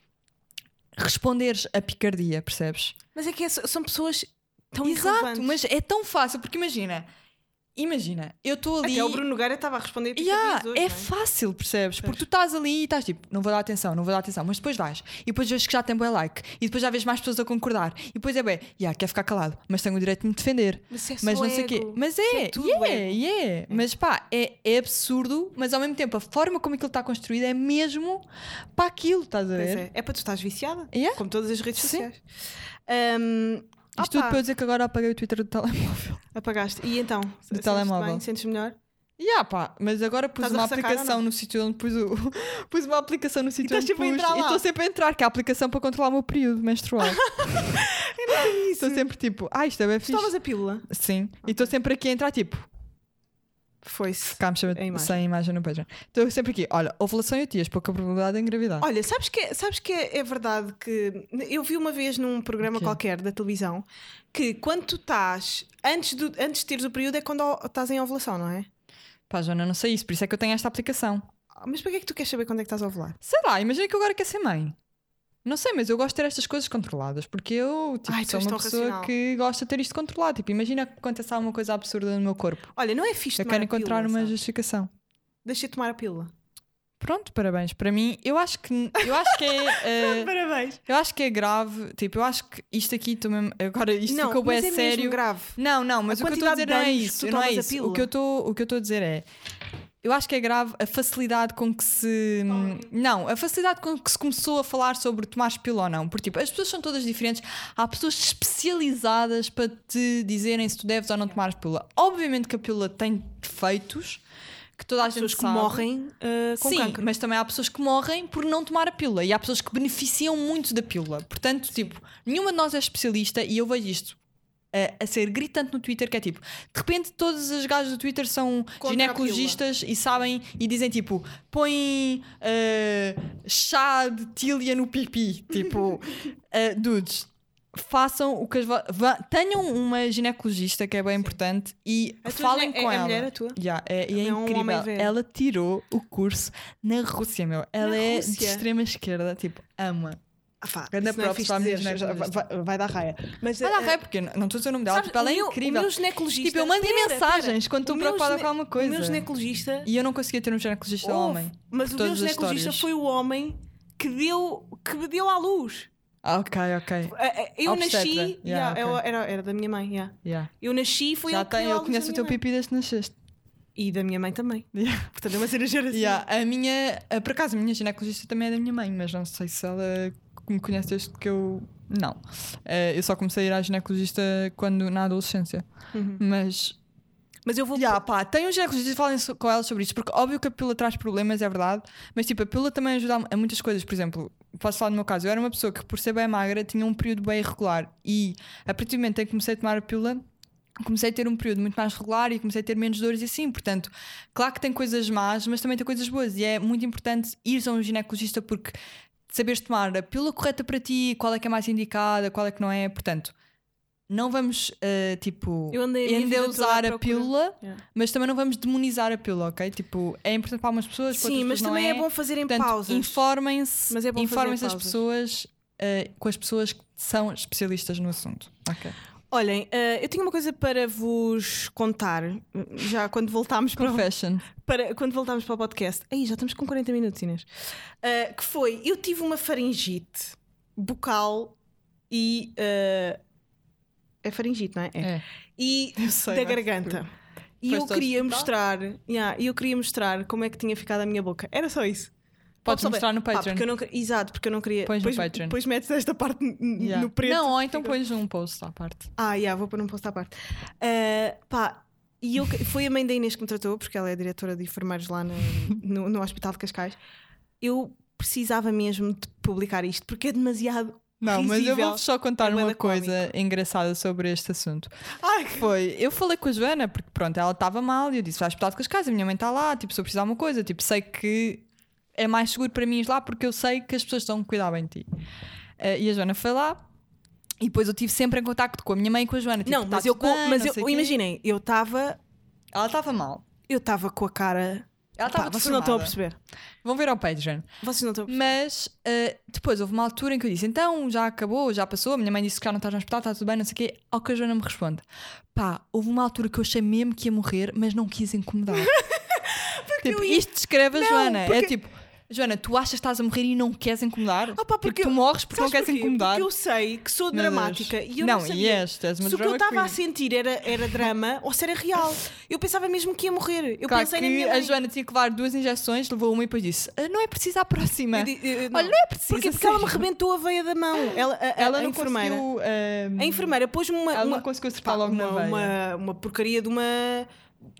[SPEAKER 3] responderes a picardia, percebes?
[SPEAKER 2] Mas é que é- são pessoas tão
[SPEAKER 3] Exato,
[SPEAKER 2] irrelevantes.
[SPEAKER 3] mas é tão fácil, porque imagina, imagina, eu estou ali...
[SPEAKER 2] Até o Bruno Nogueira estava a responder picadinhas
[SPEAKER 3] Yeah,
[SPEAKER 2] hoje,
[SPEAKER 3] é
[SPEAKER 2] não
[SPEAKER 3] fácil, percebes? Porque tu estás ali e estás tipo, não vou dar atenção, não vou dar atenção, mas depois vais. E depois vês que já tem bué like. E depois já vês mais pessoas a concordar. E depois é bué, yeah, quer ficar calado, mas tenho o direito de me defender.
[SPEAKER 2] Mas é
[SPEAKER 3] mas
[SPEAKER 2] só
[SPEAKER 3] não sei o quê.
[SPEAKER 2] ego.
[SPEAKER 3] Mas é,
[SPEAKER 2] É tudo
[SPEAKER 3] yeah,
[SPEAKER 2] ego.
[SPEAKER 3] yeah. Mas pá, é, é absurdo, mas ao mesmo tempo a forma como aquilo está construído é mesmo para aquilo, estás a
[SPEAKER 2] Pois
[SPEAKER 3] ver?
[SPEAKER 2] é. é para tu estás viciada,
[SPEAKER 3] Yeah.
[SPEAKER 2] como todas as redes
[SPEAKER 3] Sim.
[SPEAKER 2] sociais. Ahm,
[SPEAKER 3] Isto tudo
[SPEAKER 2] opá,
[SPEAKER 3] para eu dizer que agora apaguei o Twitter do telemóvel.
[SPEAKER 2] apagaste. E então, sentes-te
[SPEAKER 3] telemóvel.
[SPEAKER 2] Bem, sentes melhor?
[SPEAKER 3] Yeah, pá, mas agora pus
[SPEAKER 2] Estás a
[SPEAKER 3] uma
[SPEAKER 2] ressacar ou
[SPEAKER 3] aplicação
[SPEAKER 2] não?
[SPEAKER 3] no sítio onde pus o... pus uma aplicação no sítio
[SPEAKER 2] estás
[SPEAKER 3] onde
[SPEAKER 2] sempre a
[SPEAKER 3] pus
[SPEAKER 2] entrar
[SPEAKER 3] e
[SPEAKER 2] lá.
[SPEAKER 3] estou sempre a entrar, que é a aplicação para controlar o meu período menstrual. Estou sempre tipo, ah, isto é bem fixe.
[SPEAKER 2] Estavas a pílula?
[SPEAKER 3] Sim, e estou sempre aqui a entrar tipo,
[SPEAKER 2] Foi-se.
[SPEAKER 3] cá me chama
[SPEAKER 2] É A imagem.
[SPEAKER 3] sem imagem no Patreon. Estou sempre aqui, olha, ovulação e tias, pouca probabilidade de engravidar.
[SPEAKER 2] Olha, sabes que, é- sabes que é, é verdade que eu vi uma vez num programa
[SPEAKER 3] Ok.
[SPEAKER 2] qualquer da televisão que quando tu estás antes, do, antes de teres o período é quando o- estás em ovulação, não é?
[SPEAKER 3] Pá, Joana, não sei isso, por isso é que eu tenho esta aplicação.
[SPEAKER 2] Ah, Mas para que é que tu queres saber quando é que estás a ovular?
[SPEAKER 3] Sei lá, imagina que eu agora quero ser mãe. Não sei, mas eu gosto de ter estas coisas controladas, porque eu tipo,
[SPEAKER 2] Ai, tu
[SPEAKER 3] sou
[SPEAKER 2] és
[SPEAKER 3] uma
[SPEAKER 2] tão
[SPEAKER 3] pessoa
[SPEAKER 2] racional.
[SPEAKER 3] que gosta de ter isto controlado. Tipo, imagina que acontece alguma coisa absurda no meu corpo.
[SPEAKER 2] Olha, não é fixe
[SPEAKER 3] Eu
[SPEAKER 2] tomar
[SPEAKER 3] quero
[SPEAKER 2] a pílula,
[SPEAKER 3] encontrar uma
[SPEAKER 2] sabe?
[SPEAKER 3] justificação.
[SPEAKER 2] Deixa eu tomar a pílula.
[SPEAKER 3] Pronto, parabéns. Para mim, eu acho que eu acho que é, eh,
[SPEAKER 2] Parabéns.
[SPEAKER 3] eu acho que é grave. Tipo, eu acho que isto aqui estou mesmo- agora isto
[SPEAKER 2] não,
[SPEAKER 3] ficou bem
[SPEAKER 2] mas é mesmo
[SPEAKER 3] sério.
[SPEAKER 2] grave.
[SPEAKER 3] Não, não, mas
[SPEAKER 2] A
[SPEAKER 3] o que eu estou a
[SPEAKER 2] quantidade
[SPEAKER 3] dizer
[SPEAKER 2] de
[SPEAKER 3] não
[SPEAKER 2] danos
[SPEAKER 3] é
[SPEAKER 2] que
[SPEAKER 3] isso.
[SPEAKER 2] tu
[SPEAKER 3] Não é
[SPEAKER 2] tomas a
[SPEAKER 3] isso. O
[SPEAKER 2] pílula.
[SPEAKER 3] que eu estou o que eu estou a dizer é eu acho que é grave a facilidade com que se. Não, a facilidade com que se começou a falar sobre tomar pílula ou não. Porque, tipo, as pessoas são todas diferentes. Há pessoas especializadas para te dizerem se tu deves ou não tomar pílula. Obviamente que a pílula tem defeitos que toda a gente
[SPEAKER 2] pessoas que
[SPEAKER 3] sabe.
[SPEAKER 2] morrem ah, com
[SPEAKER 3] Sim,
[SPEAKER 2] cancro.
[SPEAKER 3] mas também há pessoas que morrem por não tomar a pílula e há pessoas que beneficiam muito da pílula. Portanto, tipo, nenhuma de nós é especialista e eu vejo isto a, a ser gritante no Twitter, que é tipo, de repente todas as gajas do Twitter são
[SPEAKER 2] a
[SPEAKER 3] ginecologistas e sabem e dizem tipo, põem eh, chá de tília no pipi, tipo, eh, dudes. Façam o que as. vo- va- Tenham uma ginecologista que é bem importante e
[SPEAKER 2] A tua
[SPEAKER 3] falem
[SPEAKER 2] gine-
[SPEAKER 3] com
[SPEAKER 2] é- é
[SPEAKER 3] ela.
[SPEAKER 2] mulher a tua?
[SPEAKER 3] Yeah, é, e é
[SPEAKER 2] Também é um
[SPEAKER 3] incrível.
[SPEAKER 2] homem velho.
[SPEAKER 3] ela tirou o curso na Rússia, meu. Ela é de
[SPEAKER 2] Rússia?
[SPEAKER 3] extrema esquerda, tipo, ama.
[SPEAKER 2] Ah, vá,
[SPEAKER 3] Ganda
[SPEAKER 2] isso não é
[SPEAKER 3] props
[SPEAKER 2] fixe
[SPEAKER 3] para a minha
[SPEAKER 2] dizer,
[SPEAKER 3] ginecologia.
[SPEAKER 2] vai- vai- Vai dar raia. Mas,
[SPEAKER 3] Olha a
[SPEAKER 2] ah,
[SPEAKER 3] raio, porque não não estou a dizer o nome dela,
[SPEAKER 2] sabes,
[SPEAKER 3] tipo, ela é
[SPEAKER 2] o meu-
[SPEAKER 3] incrível.
[SPEAKER 2] O meu ginecologista.
[SPEAKER 3] Tipo, eu mando
[SPEAKER 2] Pera,
[SPEAKER 3] mensagens
[SPEAKER 2] pera.
[SPEAKER 3] quando estou
[SPEAKER 2] O meu
[SPEAKER 3] preocupada
[SPEAKER 2] gine-
[SPEAKER 3] com alguma coisa.
[SPEAKER 2] O meu ginecologista.
[SPEAKER 3] E eu não conseguia ter um ginecologista
[SPEAKER 2] Houve,
[SPEAKER 3] homem.
[SPEAKER 2] Mas
[SPEAKER 3] por
[SPEAKER 2] o meu
[SPEAKER 3] todas as
[SPEAKER 2] ginecologista
[SPEAKER 3] histórias.
[SPEAKER 2] foi o homem que deu, que me deu à luz.
[SPEAKER 3] Ah, ok, ok.
[SPEAKER 2] A- a- Eu
[SPEAKER 3] Obstetra,
[SPEAKER 2] nasci.
[SPEAKER 3] yeah,
[SPEAKER 2] yeah, eu-
[SPEAKER 3] ok.
[SPEAKER 2] era, era da minha mãe. yeah.
[SPEAKER 3] Yeah.
[SPEAKER 2] Eu nasci e foi
[SPEAKER 3] Já
[SPEAKER 2] ele que deu
[SPEAKER 3] tem,
[SPEAKER 2] à
[SPEAKER 3] eu
[SPEAKER 2] luz
[SPEAKER 3] conheço
[SPEAKER 2] à
[SPEAKER 3] o teu
[SPEAKER 2] minha mãe.
[SPEAKER 3] pipi desde que nasceste.
[SPEAKER 2] E da minha mãe também.
[SPEAKER 3] Yeah.
[SPEAKER 2] Portanto, é uma cena geração.
[SPEAKER 3] Yeah, A minha, ah, por acaso, a minha ginecologista também é da minha mãe, mas não sei se ela me conhece desde que eu. Não. Ah, eu só comecei a ir à ginecologista quando na adolescência.
[SPEAKER 2] Uhum.
[SPEAKER 3] Mas
[SPEAKER 2] Mas eu vou.
[SPEAKER 3] Ya, pá, tem uns ginecologista falem so- com ela sobre isto, porque óbvio que a pílula traz problemas, é verdade, mas tipo, a pílula também ajuda a- a muitas coisas. Por exemplo, posso falar do meu caso, eu era uma pessoa que, por ser bem magra, tinha um período bem irregular e a partir do momento em que comecei a tomar a pílula. Comecei a ter um período muito mais regular e comecei a ter menos dores e assim, portanto, claro que tem coisas más, mas também tem coisas boas e é muito importante ir a um ginecologista porque saberes tomar a pílula correta para ti, qual é que é mais indicada, qual é que não é, portanto, não vamos, eh, tipo,
[SPEAKER 2] Eu andei a minha
[SPEAKER 3] ainda
[SPEAKER 2] vida toda à
[SPEAKER 3] usar a
[SPEAKER 2] procura.
[SPEAKER 3] pílula,
[SPEAKER 2] Yeah.
[SPEAKER 3] mas também não vamos demonizar a pílula, ok? Tipo, é importante para algumas pessoas, para
[SPEAKER 2] Sim,
[SPEAKER 3] outras
[SPEAKER 2] mas
[SPEAKER 3] pessoas
[SPEAKER 2] também
[SPEAKER 3] não
[SPEAKER 2] é bom fazer em
[SPEAKER 3] Portanto,
[SPEAKER 2] pausas.
[SPEAKER 3] informem-se,
[SPEAKER 2] Mas é bom fazer
[SPEAKER 3] informem-se as
[SPEAKER 2] pausas.
[SPEAKER 3] pessoas eh, com as pessoas que são especialistas no assunto, ok?
[SPEAKER 2] Olhem, eh, eu tinha uma coisa para vos contar. Já quando voltámos para,
[SPEAKER 3] Confession.
[SPEAKER 2] para- quando voltámos para o podcast. Aí já estamos com 40 minutos, Inês. Eh, que foi, eu tive uma faringite bucal e. eh, é faringite, não é?
[SPEAKER 3] É.
[SPEAKER 2] E
[SPEAKER 3] Eu sei,
[SPEAKER 2] da
[SPEAKER 3] não é?
[SPEAKER 2] garganta. E
[SPEAKER 3] Foste
[SPEAKER 2] eu
[SPEAKER 3] ao
[SPEAKER 2] queria
[SPEAKER 3] hospital?
[SPEAKER 2] mostrar, yeah, e eu queria mostrar como é que tinha ficado a minha boca. Era só isso.
[SPEAKER 3] Podes
[SPEAKER 2] Só bem.
[SPEAKER 3] mostrar no
[SPEAKER 2] Pá,
[SPEAKER 3] Patreon.
[SPEAKER 2] porque eu não queria- exato, porque eu não queria.
[SPEAKER 3] Pões no
[SPEAKER 2] depois,
[SPEAKER 3] Patreon.
[SPEAKER 2] depois metes esta parte n- n-
[SPEAKER 3] Yeah.
[SPEAKER 2] no preto. Tipo,
[SPEAKER 3] Não, ou então pões um post à parte.
[SPEAKER 2] Ah, yeah, vou pôr um post à parte. Ah, pá, e eu, que- foi a mãe da Inês que me tratou, porque ela é diretora de enfermeiros lá no, no, no Hospital de Cascais. Eu precisava mesmo de publicar isto, porque é demasiado.
[SPEAKER 3] Não, mas eu
[SPEAKER 2] risível.
[SPEAKER 3] vou só contar
[SPEAKER 2] É bué
[SPEAKER 3] uma
[SPEAKER 2] da cómico.
[SPEAKER 3] coisa engraçada sobre este assunto.
[SPEAKER 2] Ai,
[SPEAKER 3] Foi, eu falei com a Joana, porque pronto, ela estava mal e eu disse: vais hospital de Cascais, a minha mãe está lá, tipo, se eu precisar de alguma coisa, tipo, sei que é mais seguro para mim ir lá porque eu sei que as pessoas estão a cuidar bem de ti. Eh, e a Joana foi lá e depois eu estive sempre em contacto com a minha mãe e com a Joana. Tipo,
[SPEAKER 2] não, mas
[SPEAKER 3] "Tá
[SPEAKER 2] eu, co-
[SPEAKER 3] tudo bem,
[SPEAKER 2] mas
[SPEAKER 3] não
[SPEAKER 2] eu,
[SPEAKER 3] sei o quê."
[SPEAKER 2] imaginem, eu estava
[SPEAKER 3] Ela estava mal.
[SPEAKER 2] eu estava com a cara.
[SPEAKER 3] Ela
[SPEAKER 2] Pá,
[SPEAKER 3] estava
[SPEAKER 2] vocês não estão a
[SPEAKER 3] deformada.
[SPEAKER 2] perceber.
[SPEAKER 3] Vão ver ao Patreon.
[SPEAKER 2] Vocês não estão a perceber.
[SPEAKER 3] Mas eh, depois houve uma altura em que eu disse: então já acabou, já passou, a minha mãe disse que já não estás no hospital, está tudo bem, não sei o quê. Ao que a Joana me responde: pá, houve uma altura que eu achei mesmo que ia morrer, mas não quis incomodar. tipo,
[SPEAKER 2] eu ia-
[SPEAKER 3] isto descreve a
[SPEAKER 2] Não,
[SPEAKER 3] Joana. É
[SPEAKER 2] porque-
[SPEAKER 3] tipo, Joana, tu achas que estás a morrer e não queres incomodar?
[SPEAKER 2] Ah, pá,
[SPEAKER 3] Tipo,
[SPEAKER 2] porque
[SPEAKER 3] tu
[SPEAKER 2] eu-
[SPEAKER 3] morres porque não
[SPEAKER 2] Sabes
[SPEAKER 3] queres
[SPEAKER 2] porquê?
[SPEAKER 3] incomodar.
[SPEAKER 2] Porque eu sei que sou
[SPEAKER 3] Meu Deus.
[SPEAKER 2] dramática e eu não,
[SPEAKER 3] não, e é,
[SPEAKER 2] sabia.
[SPEAKER 3] és, tu és uma
[SPEAKER 2] se o que eu
[SPEAKER 3] drama
[SPEAKER 2] estava a
[SPEAKER 3] queen.
[SPEAKER 2] sentir era, era drama ou se era real. Eu pensava mesmo que ia morrer. Eu
[SPEAKER 3] Claro
[SPEAKER 2] pensei
[SPEAKER 3] que
[SPEAKER 2] na minha
[SPEAKER 3] a
[SPEAKER 2] mãe.
[SPEAKER 3] Joana tinha que levar duas injeções, levou uma e depois disse: "Ah, não é preciso à próxima.
[SPEAKER 2] Eu di- eu-
[SPEAKER 3] Olha, não é preciso.
[SPEAKER 2] Porquê?
[SPEAKER 3] a
[SPEAKER 2] Porque ela me
[SPEAKER 3] sério.
[SPEAKER 2] arrebentou a veia da mão. Ela, a, a-
[SPEAKER 3] Ela
[SPEAKER 2] a
[SPEAKER 3] não
[SPEAKER 2] enfermeira.
[SPEAKER 3] conseguiu. ah,
[SPEAKER 2] A enfermeira pôs-me uma,
[SPEAKER 3] Ela
[SPEAKER 2] uma,
[SPEAKER 3] não conseguiu acertar
[SPEAKER 2] pá,
[SPEAKER 3] logo
[SPEAKER 2] uma,
[SPEAKER 3] na veia.
[SPEAKER 2] uma, uma porcaria de uma,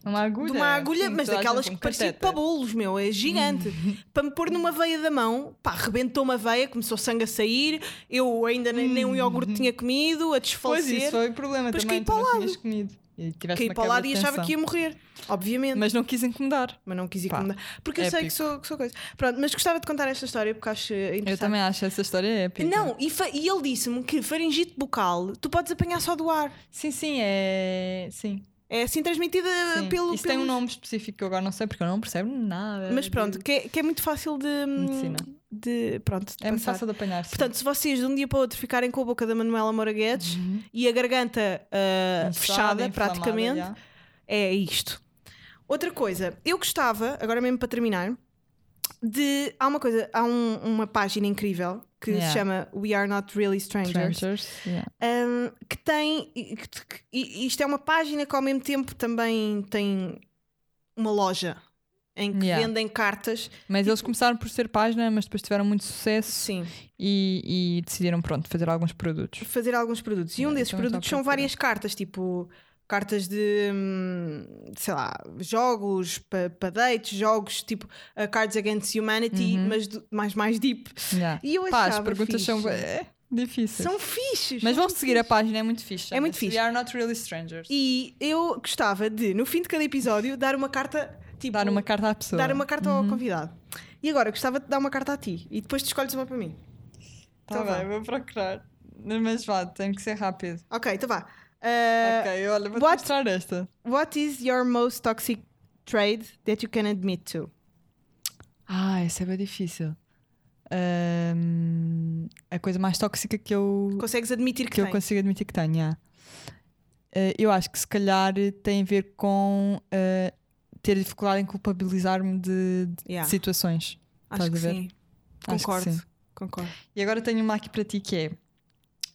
[SPEAKER 3] Uma agulha.
[SPEAKER 2] de uma agulha,
[SPEAKER 3] é, Sim,
[SPEAKER 2] mas
[SPEAKER 3] toda a
[SPEAKER 2] daquelas
[SPEAKER 3] gente
[SPEAKER 2] que
[SPEAKER 3] com Hum.
[SPEAKER 2] parecia
[SPEAKER 3] cateter.
[SPEAKER 2] para bolos, meu, é gigante. para me pôr numa veia da mão, pá, arrebentou uma veia, começou sangue a sair, eu ainda nem, nem um iogurte tinha comido, a
[SPEAKER 3] Hum. Pois isso
[SPEAKER 2] desfalecer.
[SPEAKER 3] foi o problema
[SPEAKER 2] Depois
[SPEAKER 3] também.
[SPEAKER 2] caí
[SPEAKER 3] tu
[SPEAKER 2] para o
[SPEAKER 3] não
[SPEAKER 2] lado.
[SPEAKER 3] tinhas comido. E tiveste
[SPEAKER 2] Caí
[SPEAKER 3] uma
[SPEAKER 2] para o
[SPEAKER 3] quebra
[SPEAKER 2] lado e
[SPEAKER 3] de
[SPEAKER 2] achava
[SPEAKER 3] tensão.
[SPEAKER 2] que ia morrer, obviamente. Mas,
[SPEAKER 3] Mas não quis incomodar.
[SPEAKER 2] não quis ir
[SPEAKER 3] Pá,
[SPEAKER 2] incomodar. Porque eu sei que
[SPEAKER 3] épico.
[SPEAKER 2] sou, que sou coisa. Pronto, mas gostava de contar esta história porque acho eh,
[SPEAKER 3] Eu
[SPEAKER 2] interessante.
[SPEAKER 3] também acho essa história épica.
[SPEAKER 2] Não, e, fa- e ele disse-me que faringite bucal tu podes apanhar só do ar.
[SPEAKER 3] Sim, sim, é. Sim.
[SPEAKER 2] É assim transmitida
[SPEAKER 3] sim.
[SPEAKER 2] pelo.
[SPEAKER 3] Isso tem
[SPEAKER 2] pelos-
[SPEAKER 3] um nome específico que eu agora não sei porque eu não percebo nada.
[SPEAKER 2] Mas pronto,
[SPEAKER 3] de
[SPEAKER 2] que é, que é muito fácil de.
[SPEAKER 3] Medicina.
[SPEAKER 2] de pronto, de
[SPEAKER 3] É muito
[SPEAKER 2] passar.
[SPEAKER 3] fácil de apanhar. sim.
[SPEAKER 2] Portanto, se vocês de um dia para o outro ficarem com a boca da Manuela Moura Guedes e a garganta ah,
[SPEAKER 3] Inflada,
[SPEAKER 2] fechada,
[SPEAKER 3] Uhum. inflamada,
[SPEAKER 2] praticamente,
[SPEAKER 3] já.
[SPEAKER 2] é isto. Outra coisa, eu gostava, agora mesmo para terminar, de. Há uma coisa, há um- uma página incrível que
[SPEAKER 3] Yeah.
[SPEAKER 2] se chama We Are Not Really Strangers.
[SPEAKER 3] Strangers, yeah.
[SPEAKER 2] Um, que tem. e- que- que- e- Isto é uma página que ao mesmo tempo também tem uma loja em que
[SPEAKER 3] Yeah.
[SPEAKER 2] vendem cartas.
[SPEAKER 3] Mas eles começaram por ser página, mas depois tiveram muito sucesso
[SPEAKER 2] Sim.
[SPEAKER 3] e, e decidiram, pronto, fazer alguns produtos.
[SPEAKER 2] Fazer alguns produtos. E um
[SPEAKER 3] Yeah,
[SPEAKER 2] desses
[SPEAKER 3] então eu
[SPEAKER 2] produtos
[SPEAKER 3] estou à
[SPEAKER 2] são
[SPEAKER 3] procura.
[SPEAKER 2] várias cartas, tipo. Cartas de, hum, sei lá, jogos para dates, jogos tipo uh, Cards Against Humanity,
[SPEAKER 3] Uhum.
[SPEAKER 2] mas do- mais, mais deep.
[SPEAKER 3] Yeah.
[SPEAKER 2] E eu
[SPEAKER 3] Pá, as
[SPEAKER 2] achava
[SPEAKER 3] perguntas
[SPEAKER 2] fixe.
[SPEAKER 3] são é, difíceis.
[SPEAKER 2] São fixes.
[SPEAKER 3] Mas
[SPEAKER 2] são
[SPEAKER 3] vão seguir a
[SPEAKER 2] fixes.
[SPEAKER 3] página, é muito fixe.
[SPEAKER 2] É muito
[SPEAKER 3] chama-se
[SPEAKER 2] fixe.
[SPEAKER 3] We are not really strangers.
[SPEAKER 2] E eu gostava de, no fim de cada episódio, dar uma carta, tipo,
[SPEAKER 3] Dar uma carta à pessoa.
[SPEAKER 2] Dar uma carta
[SPEAKER 3] Uhum.
[SPEAKER 2] ao convidado. E agora, gostava de dar uma carta a ti. E depois tu escolhes uma para mim.
[SPEAKER 3] Tá
[SPEAKER 2] Então
[SPEAKER 3] bem, vou procurar. Mas vá, tem que ser rápido.
[SPEAKER 2] Ok, então vá. Uh,
[SPEAKER 3] ok, olha, vou
[SPEAKER 2] what-
[SPEAKER 3] mostrar esta.
[SPEAKER 2] What is your most toxic trade that you can admit to?
[SPEAKER 3] Ah, essa é bem difícil. Ahm, a coisa mais tóxica que eu,
[SPEAKER 2] Consegues admitir que,
[SPEAKER 3] que eu
[SPEAKER 2] tem?
[SPEAKER 3] consigo admitir que tenho. yeah. Eh, eu acho que se calhar tem a ver com eh, ter dificuldade em culpabilizar-me de, de
[SPEAKER 2] Yeah,
[SPEAKER 3] situações.
[SPEAKER 2] Acho que
[SPEAKER 3] estás a ver?
[SPEAKER 2] sim.
[SPEAKER 3] Acho que
[SPEAKER 2] Concordo.
[SPEAKER 3] sim.
[SPEAKER 2] Concordo.
[SPEAKER 3] E agora tenho uma aqui para ti que é.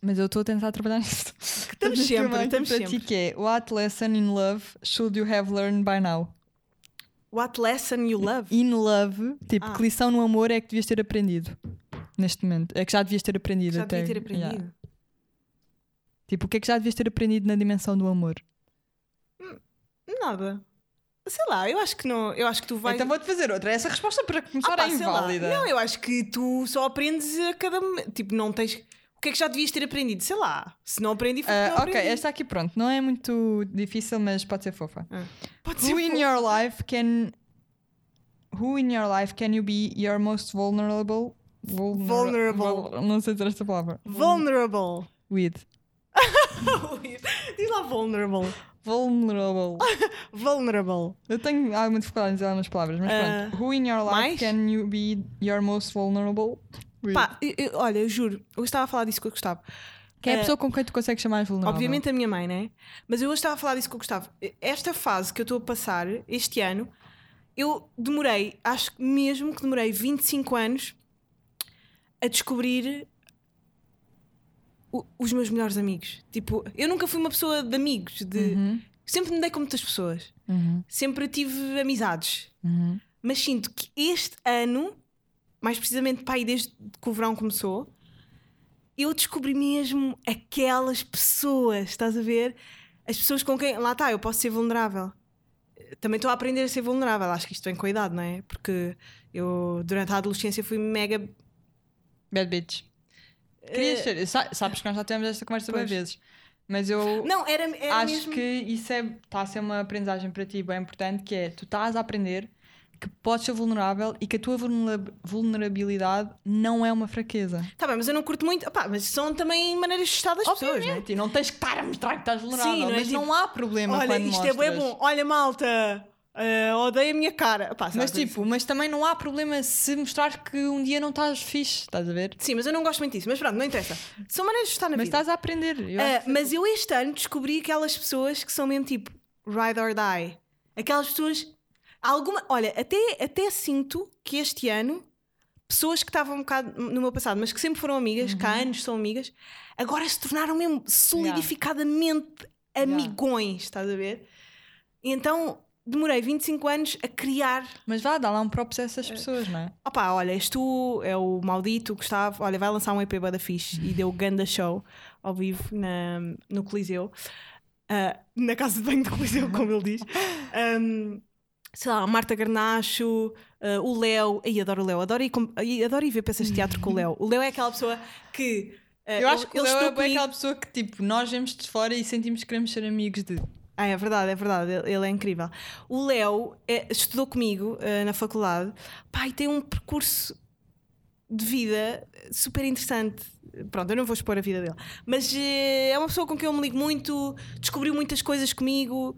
[SPEAKER 3] Mas eu estou a tentar trabalhar nisto.
[SPEAKER 2] Estamos
[SPEAKER 3] Tenho
[SPEAKER 2] sempre,
[SPEAKER 3] uma aqui
[SPEAKER 2] estamos
[SPEAKER 3] para
[SPEAKER 2] sempre.
[SPEAKER 3] ti que é. What lesson in love should you have learned by now?
[SPEAKER 2] What lesson you love?
[SPEAKER 3] In love, tipo,
[SPEAKER 2] Ah.
[SPEAKER 3] que lição no amor é que devias ter aprendido neste momento? É que já devias ter aprendido
[SPEAKER 2] Já
[SPEAKER 3] até.
[SPEAKER 2] devia ter
[SPEAKER 3] yeah.
[SPEAKER 2] aprendido.
[SPEAKER 3] Tipo, o que é que já devias ter aprendido na dimensão do amor?
[SPEAKER 2] Nada. Sei lá, eu acho que não. Eu acho que tu vais.
[SPEAKER 3] Então vou-te fazer outra. Essa resposta para começar
[SPEAKER 2] Ah, pá,
[SPEAKER 3] é
[SPEAKER 2] sei lá.
[SPEAKER 3] inválida.
[SPEAKER 2] Não, eu acho que tu só aprendes a cada momento. Tipo, não tens. O que é que já devias ter aprendido? Sei lá. Se não aprendi, foi porque
[SPEAKER 3] Ah,
[SPEAKER 2] não
[SPEAKER 3] ok,
[SPEAKER 2] aprendi.
[SPEAKER 3] esta aqui pronto, não é muito difícil, mas pode ser fofa.
[SPEAKER 2] Pode
[SPEAKER 3] Who
[SPEAKER 2] ser
[SPEAKER 3] in
[SPEAKER 2] fo-
[SPEAKER 3] your life can Who in your life can you be your most vulnerable? vulner-
[SPEAKER 2] Vulnerable.
[SPEAKER 3] vul- Não sei dizer esta palavra.
[SPEAKER 2] Vulnerable.
[SPEAKER 3] With.
[SPEAKER 2] Diz lá vulnerable.
[SPEAKER 3] Vulnerable.
[SPEAKER 2] Vulnerable.
[SPEAKER 3] Eu tenho ah, alguma dificuldade em dizer algumas palavras, mas
[SPEAKER 2] Ah,
[SPEAKER 3] pronto. Who in your life
[SPEAKER 2] mais?
[SPEAKER 3] can you be your most vulnerable? With.
[SPEAKER 2] Pá, eu- eu- olha, eu juro, eu estava a falar disso com o Gustavo.
[SPEAKER 3] Quem é a
[SPEAKER 2] eh,
[SPEAKER 3] pessoa com quem tu consegues chamar mais vulnerável?
[SPEAKER 2] Obviamente a minha mãe, né? Mas eu hoje estava a falar disso com o Gustavo. Esta fase que eu estou a passar este ano, eu demorei, acho que mesmo que demorei 25 anos a descobrir o- os meus melhores amigos. Tipo, eu nunca fui uma pessoa de amigos, de
[SPEAKER 3] Uhum.
[SPEAKER 2] Sempre me dei com muitas pessoas.
[SPEAKER 3] Uhum.
[SPEAKER 2] Sempre tive amizades.
[SPEAKER 3] Uhum.
[SPEAKER 2] Mas sinto que este ano, mais precisamente pá, aí desde que o verão começou, eu descobri mesmo aquelas pessoas, estás a ver? As pessoas com quem. Lá está, eu posso ser vulnerável. Também estou a aprender a ser vulnerável. Acho que isto vem com a idade, não é? Porque eu, durante a adolescência, fui mega.
[SPEAKER 3] Bad bitch. Querias ser. Sa- Sabes que nós já tivemos esta conversa
[SPEAKER 2] Eh, Pois.
[SPEAKER 3] várias vezes. Mas eu
[SPEAKER 2] Não, era, era
[SPEAKER 3] acho
[SPEAKER 2] mesmo.
[SPEAKER 3] que isso é, está a ser uma aprendizagem para ti bem importante, que é tu estás a aprender que podes ser vulnerável e que a tua vulnera- vulnerabilidade não é uma fraqueza.
[SPEAKER 2] Tá bem, mas eu não curto muito. Opá, mas são também maneiras de estar das pessoas, não é?
[SPEAKER 3] Obviamente, e né? Tipo, não tens que estar a mostrar que estás vulnerável,
[SPEAKER 2] Sim, não é
[SPEAKER 3] mas
[SPEAKER 2] tipo,
[SPEAKER 3] não há problema
[SPEAKER 2] Olha,
[SPEAKER 3] quando
[SPEAKER 2] isto é
[SPEAKER 3] mostras.
[SPEAKER 2] bué bom. Olha, malta, eh, odeio a minha cara. Opá, sabe,
[SPEAKER 3] Mas tipo, mas também não há problema se mostrares que um dia não estás fixe, estás a ver?
[SPEAKER 2] Sim, mas eu não gosto muito disso. Mas pronto, não interessa. São maneiras de estar na
[SPEAKER 3] Mas
[SPEAKER 2] vida.
[SPEAKER 3] estás a aprender. Eu
[SPEAKER 2] Ah,
[SPEAKER 3] acho que-
[SPEAKER 2] mas eu este ano descobri aquelas pessoas que são mesmo tipo ride or die. Aquelas pessoas. Alguma, olha, até, até sinto que este ano, pessoas que estavam um bocado no meu passado, mas que sempre foram amigas, que há
[SPEAKER 3] Uhum.
[SPEAKER 2] anos são amigas, agora se tornaram mesmo solidificadamente
[SPEAKER 3] Yeah.
[SPEAKER 2] amigões, estás a ver? E então demorei 25 anos a criar
[SPEAKER 3] Mas vá, dá lá um props a essas pessoas, não é?
[SPEAKER 2] Opá, olha, és tu, é o maldito Gustavo. Olha, vai lançar um EP da fixe e deu ganda show ao vivo na, no Coliseu, Ah, na casa de banho do Coliseu, como ele diz. Ahm, sei lá, a Marta Garnacho, ah, o Léo. Ai, adoro o Léu, adoro ir, com- ai, adoro ir ver peças de teatro com o Léo. O Léo é aquela pessoa que. ah,
[SPEAKER 3] Eu acho que o
[SPEAKER 2] ele
[SPEAKER 3] Léo é
[SPEAKER 2] estudou
[SPEAKER 3] bem
[SPEAKER 2] comigo.
[SPEAKER 3] aquela pessoa que, tipo, nós vemos de fora e sentimos que queremos ser amigos de.
[SPEAKER 2] Ah, é verdade, é verdade, ele ele é incrível. O Léo eh, estudou comigo eh, na faculdade, pai, tem um percurso de vida super interessante. Pronto, eu não vou expor a vida dele, mas eh, é uma pessoa com quem eu me ligo muito, descobriu muitas coisas comigo,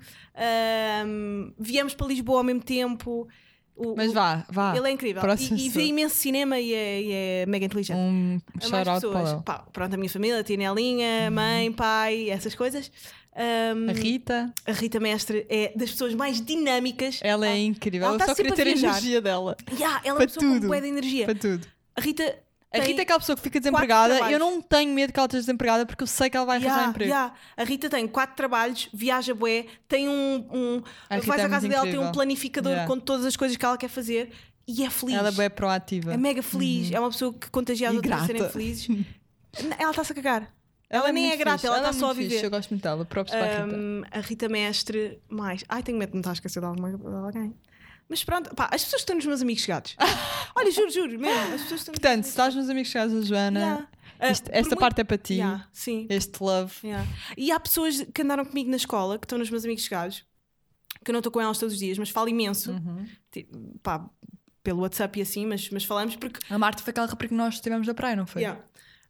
[SPEAKER 2] ahm, viemos para Lisboa ao mesmo tempo. O-
[SPEAKER 3] Mas
[SPEAKER 2] o-
[SPEAKER 3] vá, vá.
[SPEAKER 2] Ele é incrível
[SPEAKER 3] próximo
[SPEAKER 2] e, e vê
[SPEAKER 3] assunto.
[SPEAKER 2] imenso cinema e é, e é mega inteligente
[SPEAKER 3] Um
[SPEAKER 2] a mais
[SPEAKER 3] shout-out para o
[SPEAKER 2] pessoas.
[SPEAKER 3] Léo.
[SPEAKER 2] Pá, pronto, a minha família, a tia Nelinha, mãe, pai, essas coisas. Ahm,
[SPEAKER 3] A Rita,
[SPEAKER 2] a Rita Mestre é das pessoas mais dinâmicas.
[SPEAKER 3] ela é incrível.
[SPEAKER 2] ela
[SPEAKER 3] eu
[SPEAKER 2] tá
[SPEAKER 3] só queria
[SPEAKER 2] sempre
[SPEAKER 3] ter
[SPEAKER 2] a
[SPEAKER 3] a
[SPEAKER 2] viajar.
[SPEAKER 3] energia dela.
[SPEAKER 2] Yeah, ela é
[SPEAKER 3] Para
[SPEAKER 2] uma pessoa com
[SPEAKER 3] tudo.
[SPEAKER 2] bué de energia.
[SPEAKER 3] Para tudo.
[SPEAKER 2] A Rita.
[SPEAKER 3] A
[SPEAKER 2] tem-
[SPEAKER 3] Rita é aquela pessoa que fica
[SPEAKER 2] quatro
[SPEAKER 3] desempregada. Eu
[SPEAKER 2] trabalhos.
[SPEAKER 3] não tenho medo que ela esteja desempregada porque eu sei que ela vai arranjar
[SPEAKER 2] Yeah,
[SPEAKER 3] emprego.
[SPEAKER 2] yeah. A Rita tem quatro trabalhos, viaja bué, tem um. um
[SPEAKER 3] A Rita
[SPEAKER 2] vais
[SPEAKER 3] é
[SPEAKER 2] à casa
[SPEAKER 3] muito
[SPEAKER 2] dela, tem
[SPEAKER 3] incrível.
[SPEAKER 2] um planificador
[SPEAKER 3] Yeah.
[SPEAKER 2] com todas as coisas que ela quer fazer e é feliz.
[SPEAKER 3] Ela é bem proativa.
[SPEAKER 2] É mega feliz. É uma pessoa que contagia as
[SPEAKER 3] E
[SPEAKER 2] outras a serem
[SPEAKER 3] grata.
[SPEAKER 2] felizes. N- ela está-se a cagar. Ela, nem é
[SPEAKER 3] muito
[SPEAKER 2] grata,
[SPEAKER 3] fixe,
[SPEAKER 2] ela está
[SPEAKER 3] é
[SPEAKER 2] só a
[SPEAKER 3] muito
[SPEAKER 2] viver.
[SPEAKER 3] fixe, Eu gosto muito dela. Props para a Rita.
[SPEAKER 2] Um, a Rita Mestre, mais. Ai, tenho medo de me estar a esquecer de, alguma, de alguém. Mas pronto, pá, as pessoas que estão nos meus amigos chegados. Olha, juro, juro, mesmo. As pessoas que estão
[SPEAKER 3] Portanto, se estás nos amigos chegados a Joana,
[SPEAKER 2] Yeah. Ah,
[SPEAKER 3] isto-
[SPEAKER 2] por
[SPEAKER 3] esta
[SPEAKER 2] muito-
[SPEAKER 3] parte é para ti. é
[SPEAKER 2] Yeah, sim.
[SPEAKER 3] Este love.
[SPEAKER 2] yeah. E há pessoas que andaram comigo na escola, que estão nos meus amigos chegados, que eu não estou com elas todos os dias, mas falo imenso.
[SPEAKER 3] Uhum.
[SPEAKER 2] Tipo, pá, pelo WhatsApp e assim, mas, mas falamos porque.
[SPEAKER 3] A Marta foi aquela rapariga que nós tivemos da praia, não foi?
[SPEAKER 2] Yeah.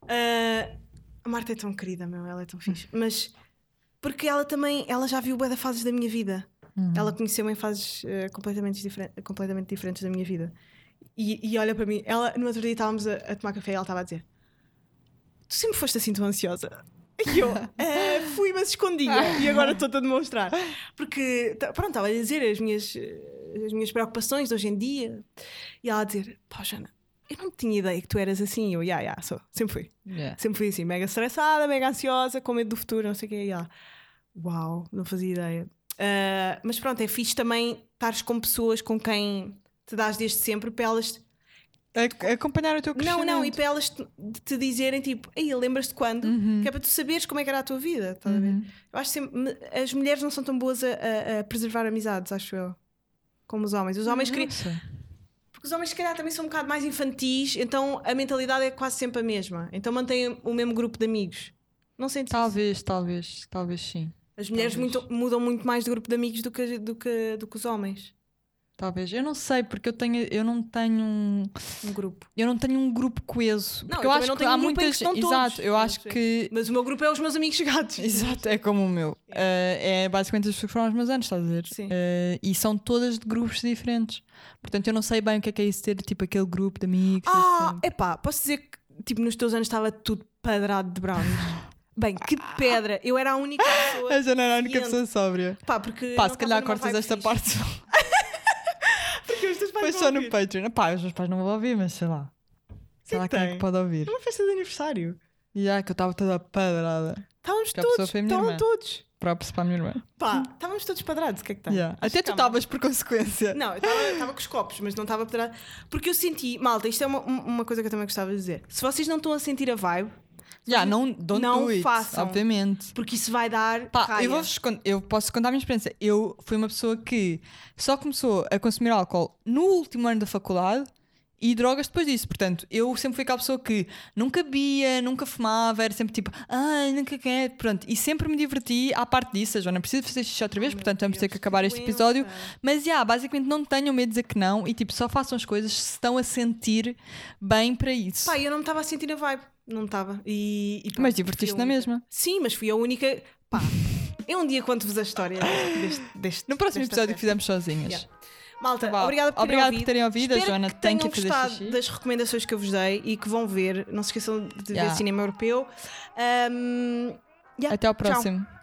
[SPEAKER 2] Ah, a Marta é tão querida, meu, ela é tão fixe. Mas porque ela também, ela já viu bué da fases da minha vida. Ela conheceu-me em fases eh, completamente, diferen- completamente diferentes da minha vida. E, e olha para mim, ela, no outro dia estávamos a, a tomar café e ela estava a dizer: Tu sempre foste assim tão ansiosa. E eu "Eh, fui, mas escondia. E agora estou-te a demonstrar. Porque, tá- pronto, estava a dizer as minhas, eh, as minhas preocupações de hoje em dia. E ela a dizer: Pá, Jana, eu não tinha ideia que tu eras assim. E eu, yeah, yeah, sou, sempre fui.
[SPEAKER 3] Yeah.
[SPEAKER 2] Sempre fui assim, mega estressada, mega ansiosa, com medo do futuro, não sei o quê. E ela, uau, não fazia ideia. Ah, mas pronto, é fixe também estares com pessoas com quem te dás desde sempre para elas.
[SPEAKER 3] A- acompanhar o teu
[SPEAKER 2] Não,
[SPEAKER 3] crescimento.
[SPEAKER 2] não, e para elas te, de te dizerem tipo, aí lembras-te quando? Que é para tu saberes como é que era a tua vida. estás a ver?
[SPEAKER 3] Uhum.
[SPEAKER 2] Eu acho sempre. me- As mulheres não são tão boas a, a- a preservar amizades, acho eu. Como os homens. Os homens
[SPEAKER 3] Uhum.
[SPEAKER 2] queriam.
[SPEAKER 3] Nossa.
[SPEAKER 2] Porque os homens, se calhar, também são um bocado mais infantis, então a mentalidade é quase sempre a mesma. Então mantêm o mesmo grupo de amigos. Não sentes isso?
[SPEAKER 3] Talvez, talvez, talvez sim.
[SPEAKER 2] As mulheres
[SPEAKER 3] Talvez.
[SPEAKER 2] muito- mudam muito mais de grupo de amigos do que, do que, do que os homens
[SPEAKER 3] Talvez. Eu não sei, porque eu tenho, eu não tenho um,
[SPEAKER 2] no grupo.
[SPEAKER 3] eu não tenho um grupo coeso.
[SPEAKER 2] Não,
[SPEAKER 3] Porque
[SPEAKER 2] eu
[SPEAKER 3] eu
[SPEAKER 2] também
[SPEAKER 3] acho
[SPEAKER 2] não
[SPEAKER 3] que
[SPEAKER 2] tenho
[SPEAKER 3] há
[SPEAKER 2] um grupo em que
[SPEAKER 3] muitas.
[SPEAKER 2] estão todos.
[SPEAKER 3] Exato, eu
[SPEAKER 2] Ah,
[SPEAKER 3] acho
[SPEAKER 2] sim.
[SPEAKER 3] que.
[SPEAKER 2] Mas o meu grupo é os meus amigos chegados.
[SPEAKER 3] Exato, é como o meu. Ah, é basicamente as pessoas que foram aos meus anos, estás a ver?
[SPEAKER 2] Sim.
[SPEAKER 3] Ah, e são todas de grupos diferentes. Portanto, eu não sei bem o que é que é isso ter, tipo, aquele grupo de amigos.
[SPEAKER 2] Ah,
[SPEAKER 3] assim.
[SPEAKER 2] epá, posso dizer que tipo, nos teus anos estava tudo padrado de brownies. Bem, que pedra! Eu era a única pessoa.
[SPEAKER 3] A Jana era a única
[SPEAKER 2] Ciente.
[SPEAKER 3] pessoa sóbria.
[SPEAKER 2] Pá, porque.
[SPEAKER 3] Pá,
[SPEAKER 2] não
[SPEAKER 3] se
[SPEAKER 2] estava
[SPEAKER 3] calhar
[SPEAKER 2] numa
[SPEAKER 3] cortas
[SPEAKER 2] vibe
[SPEAKER 3] esta
[SPEAKER 2] fixe.
[SPEAKER 3] parte só.
[SPEAKER 2] Porque os teus pais
[SPEAKER 3] Depois
[SPEAKER 2] vão
[SPEAKER 3] só no
[SPEAKER 2] ouvir.
[SPEAKER 3] Patreon. Pá, os meus pais não vão ouvir, mas sei lá. Sei
[SPEAKER 2] Quem
[SPEAKER 3] lá quem é
[SPEAKER 2] tem?
[SPEAKER 3] que pode ouvir.
[SPEAKER 2] Uma festa de aniversário.
[SPEAKER 3] E ah, que eu estava toda padrada.
[SPEAKER 2] Estávamos
[SPEAKER 3] Que é a pessoa
[SPEAKER 2] todos.
[SPEAKER 3] foi a minha
[SPEAKER 2] Estavam
[SPEAKER 3] irmã.
[SPEAKER 2] todos.
[SPEAKER 3] Props para a minha irmã.
[SPEAKER 2] Pá, estávamos todos padrados, o que é que está?
[SPEAKER 3] Yeah. Até tu estavas por consequência.
[SPEAKER 2] Não, eu estava com os copos, mas não estava pedrada. Porque eu senti, malta, isto é uma, uma coisa que eu também gostava de dizer. Se vocês não estão a sentir a vibe,
[SPEAKER 3] Yeah, não don't
[SPEAKER 2] Não
[SPEAKER 3] do it,
[SPEAKER 2] façam.
[SPEAKER 3] Obviamente.
[SPEAKER 2] porque isso vai dar.
[SPEAKER 3] Pá,
[SPEAKER 2] raia.
[SPEAKER 3] eu, vou-vos con- eu posso contar a minha experiência. Eu fui uma pessoa que só começou a consumir álcool no último ano da faculdade e drogas depois disso. Portanto, eu sempre fui aquela pessoa que nunca bebia, nunca fumava, era sempre tipo, ai, nunca quero. Pronto, e sempre me diverti à parte disso. A Joana precisa fazer xixi outra vez, portanto, vamos ter que acabar este
[SPEAKER 2] doença.
[SPEAKER 3] episódio. Mas, yeah, basicamente, não tenham medo de dizer que não e, tipo, só façam as coisas se estão a sentir bem para isso.
[SPEAKER 2] Pá, eu não me estava a sentir a vibe. Não estava. E, e pronto,
[SPEAKER 3] Mas divertiste
[SPEAKER 2] fui a
[SPEAKER 3] na
[SPEAKER 2] única.
[SPEAKER 3] mesma.
[SPEAKER 2] Sim, mas fui a única. Pá, é um dia conto-vos a história deste. deste
[SPEAKER 3] No próximo
[SPEAKER 2] desta
[SPEAKER 3] episódio
[SPEAKER 2] festa.
[SPEAKER 3] que fizemos sozinhas.
[SPEAKER 2] Yeah. Malta,
[SPEAKER 3] Vá.
[SPEAKER 2] obrigada por terem
[SPEAKER 3] Obrigada por
[SPEAKER 2] ouvido.
[SPEAKER 3] terem ouvido, a
[SPEAKER 2] Espero
[SPEAKER 3] Joana
[SPEAKER 2] que
[SPEAKER 3] tem
[SPEAKER 2] tenham
[SPEAKER 3] que ir fazer
[SPEAKER 2] gostado
[SPEAKER 3] xixi.
[SPEAKER 2] das recomendações que eu vos dei e que vão ver. Não se esqueçam de
[SPEAKER 3] Yeah.
[SPEAKER 2] ver cinema europeu. Ahm, yeah,
[SPEAKER 3] Até ao
[SPEAKER 2] tchau.
[SPEAKER 3] próximo.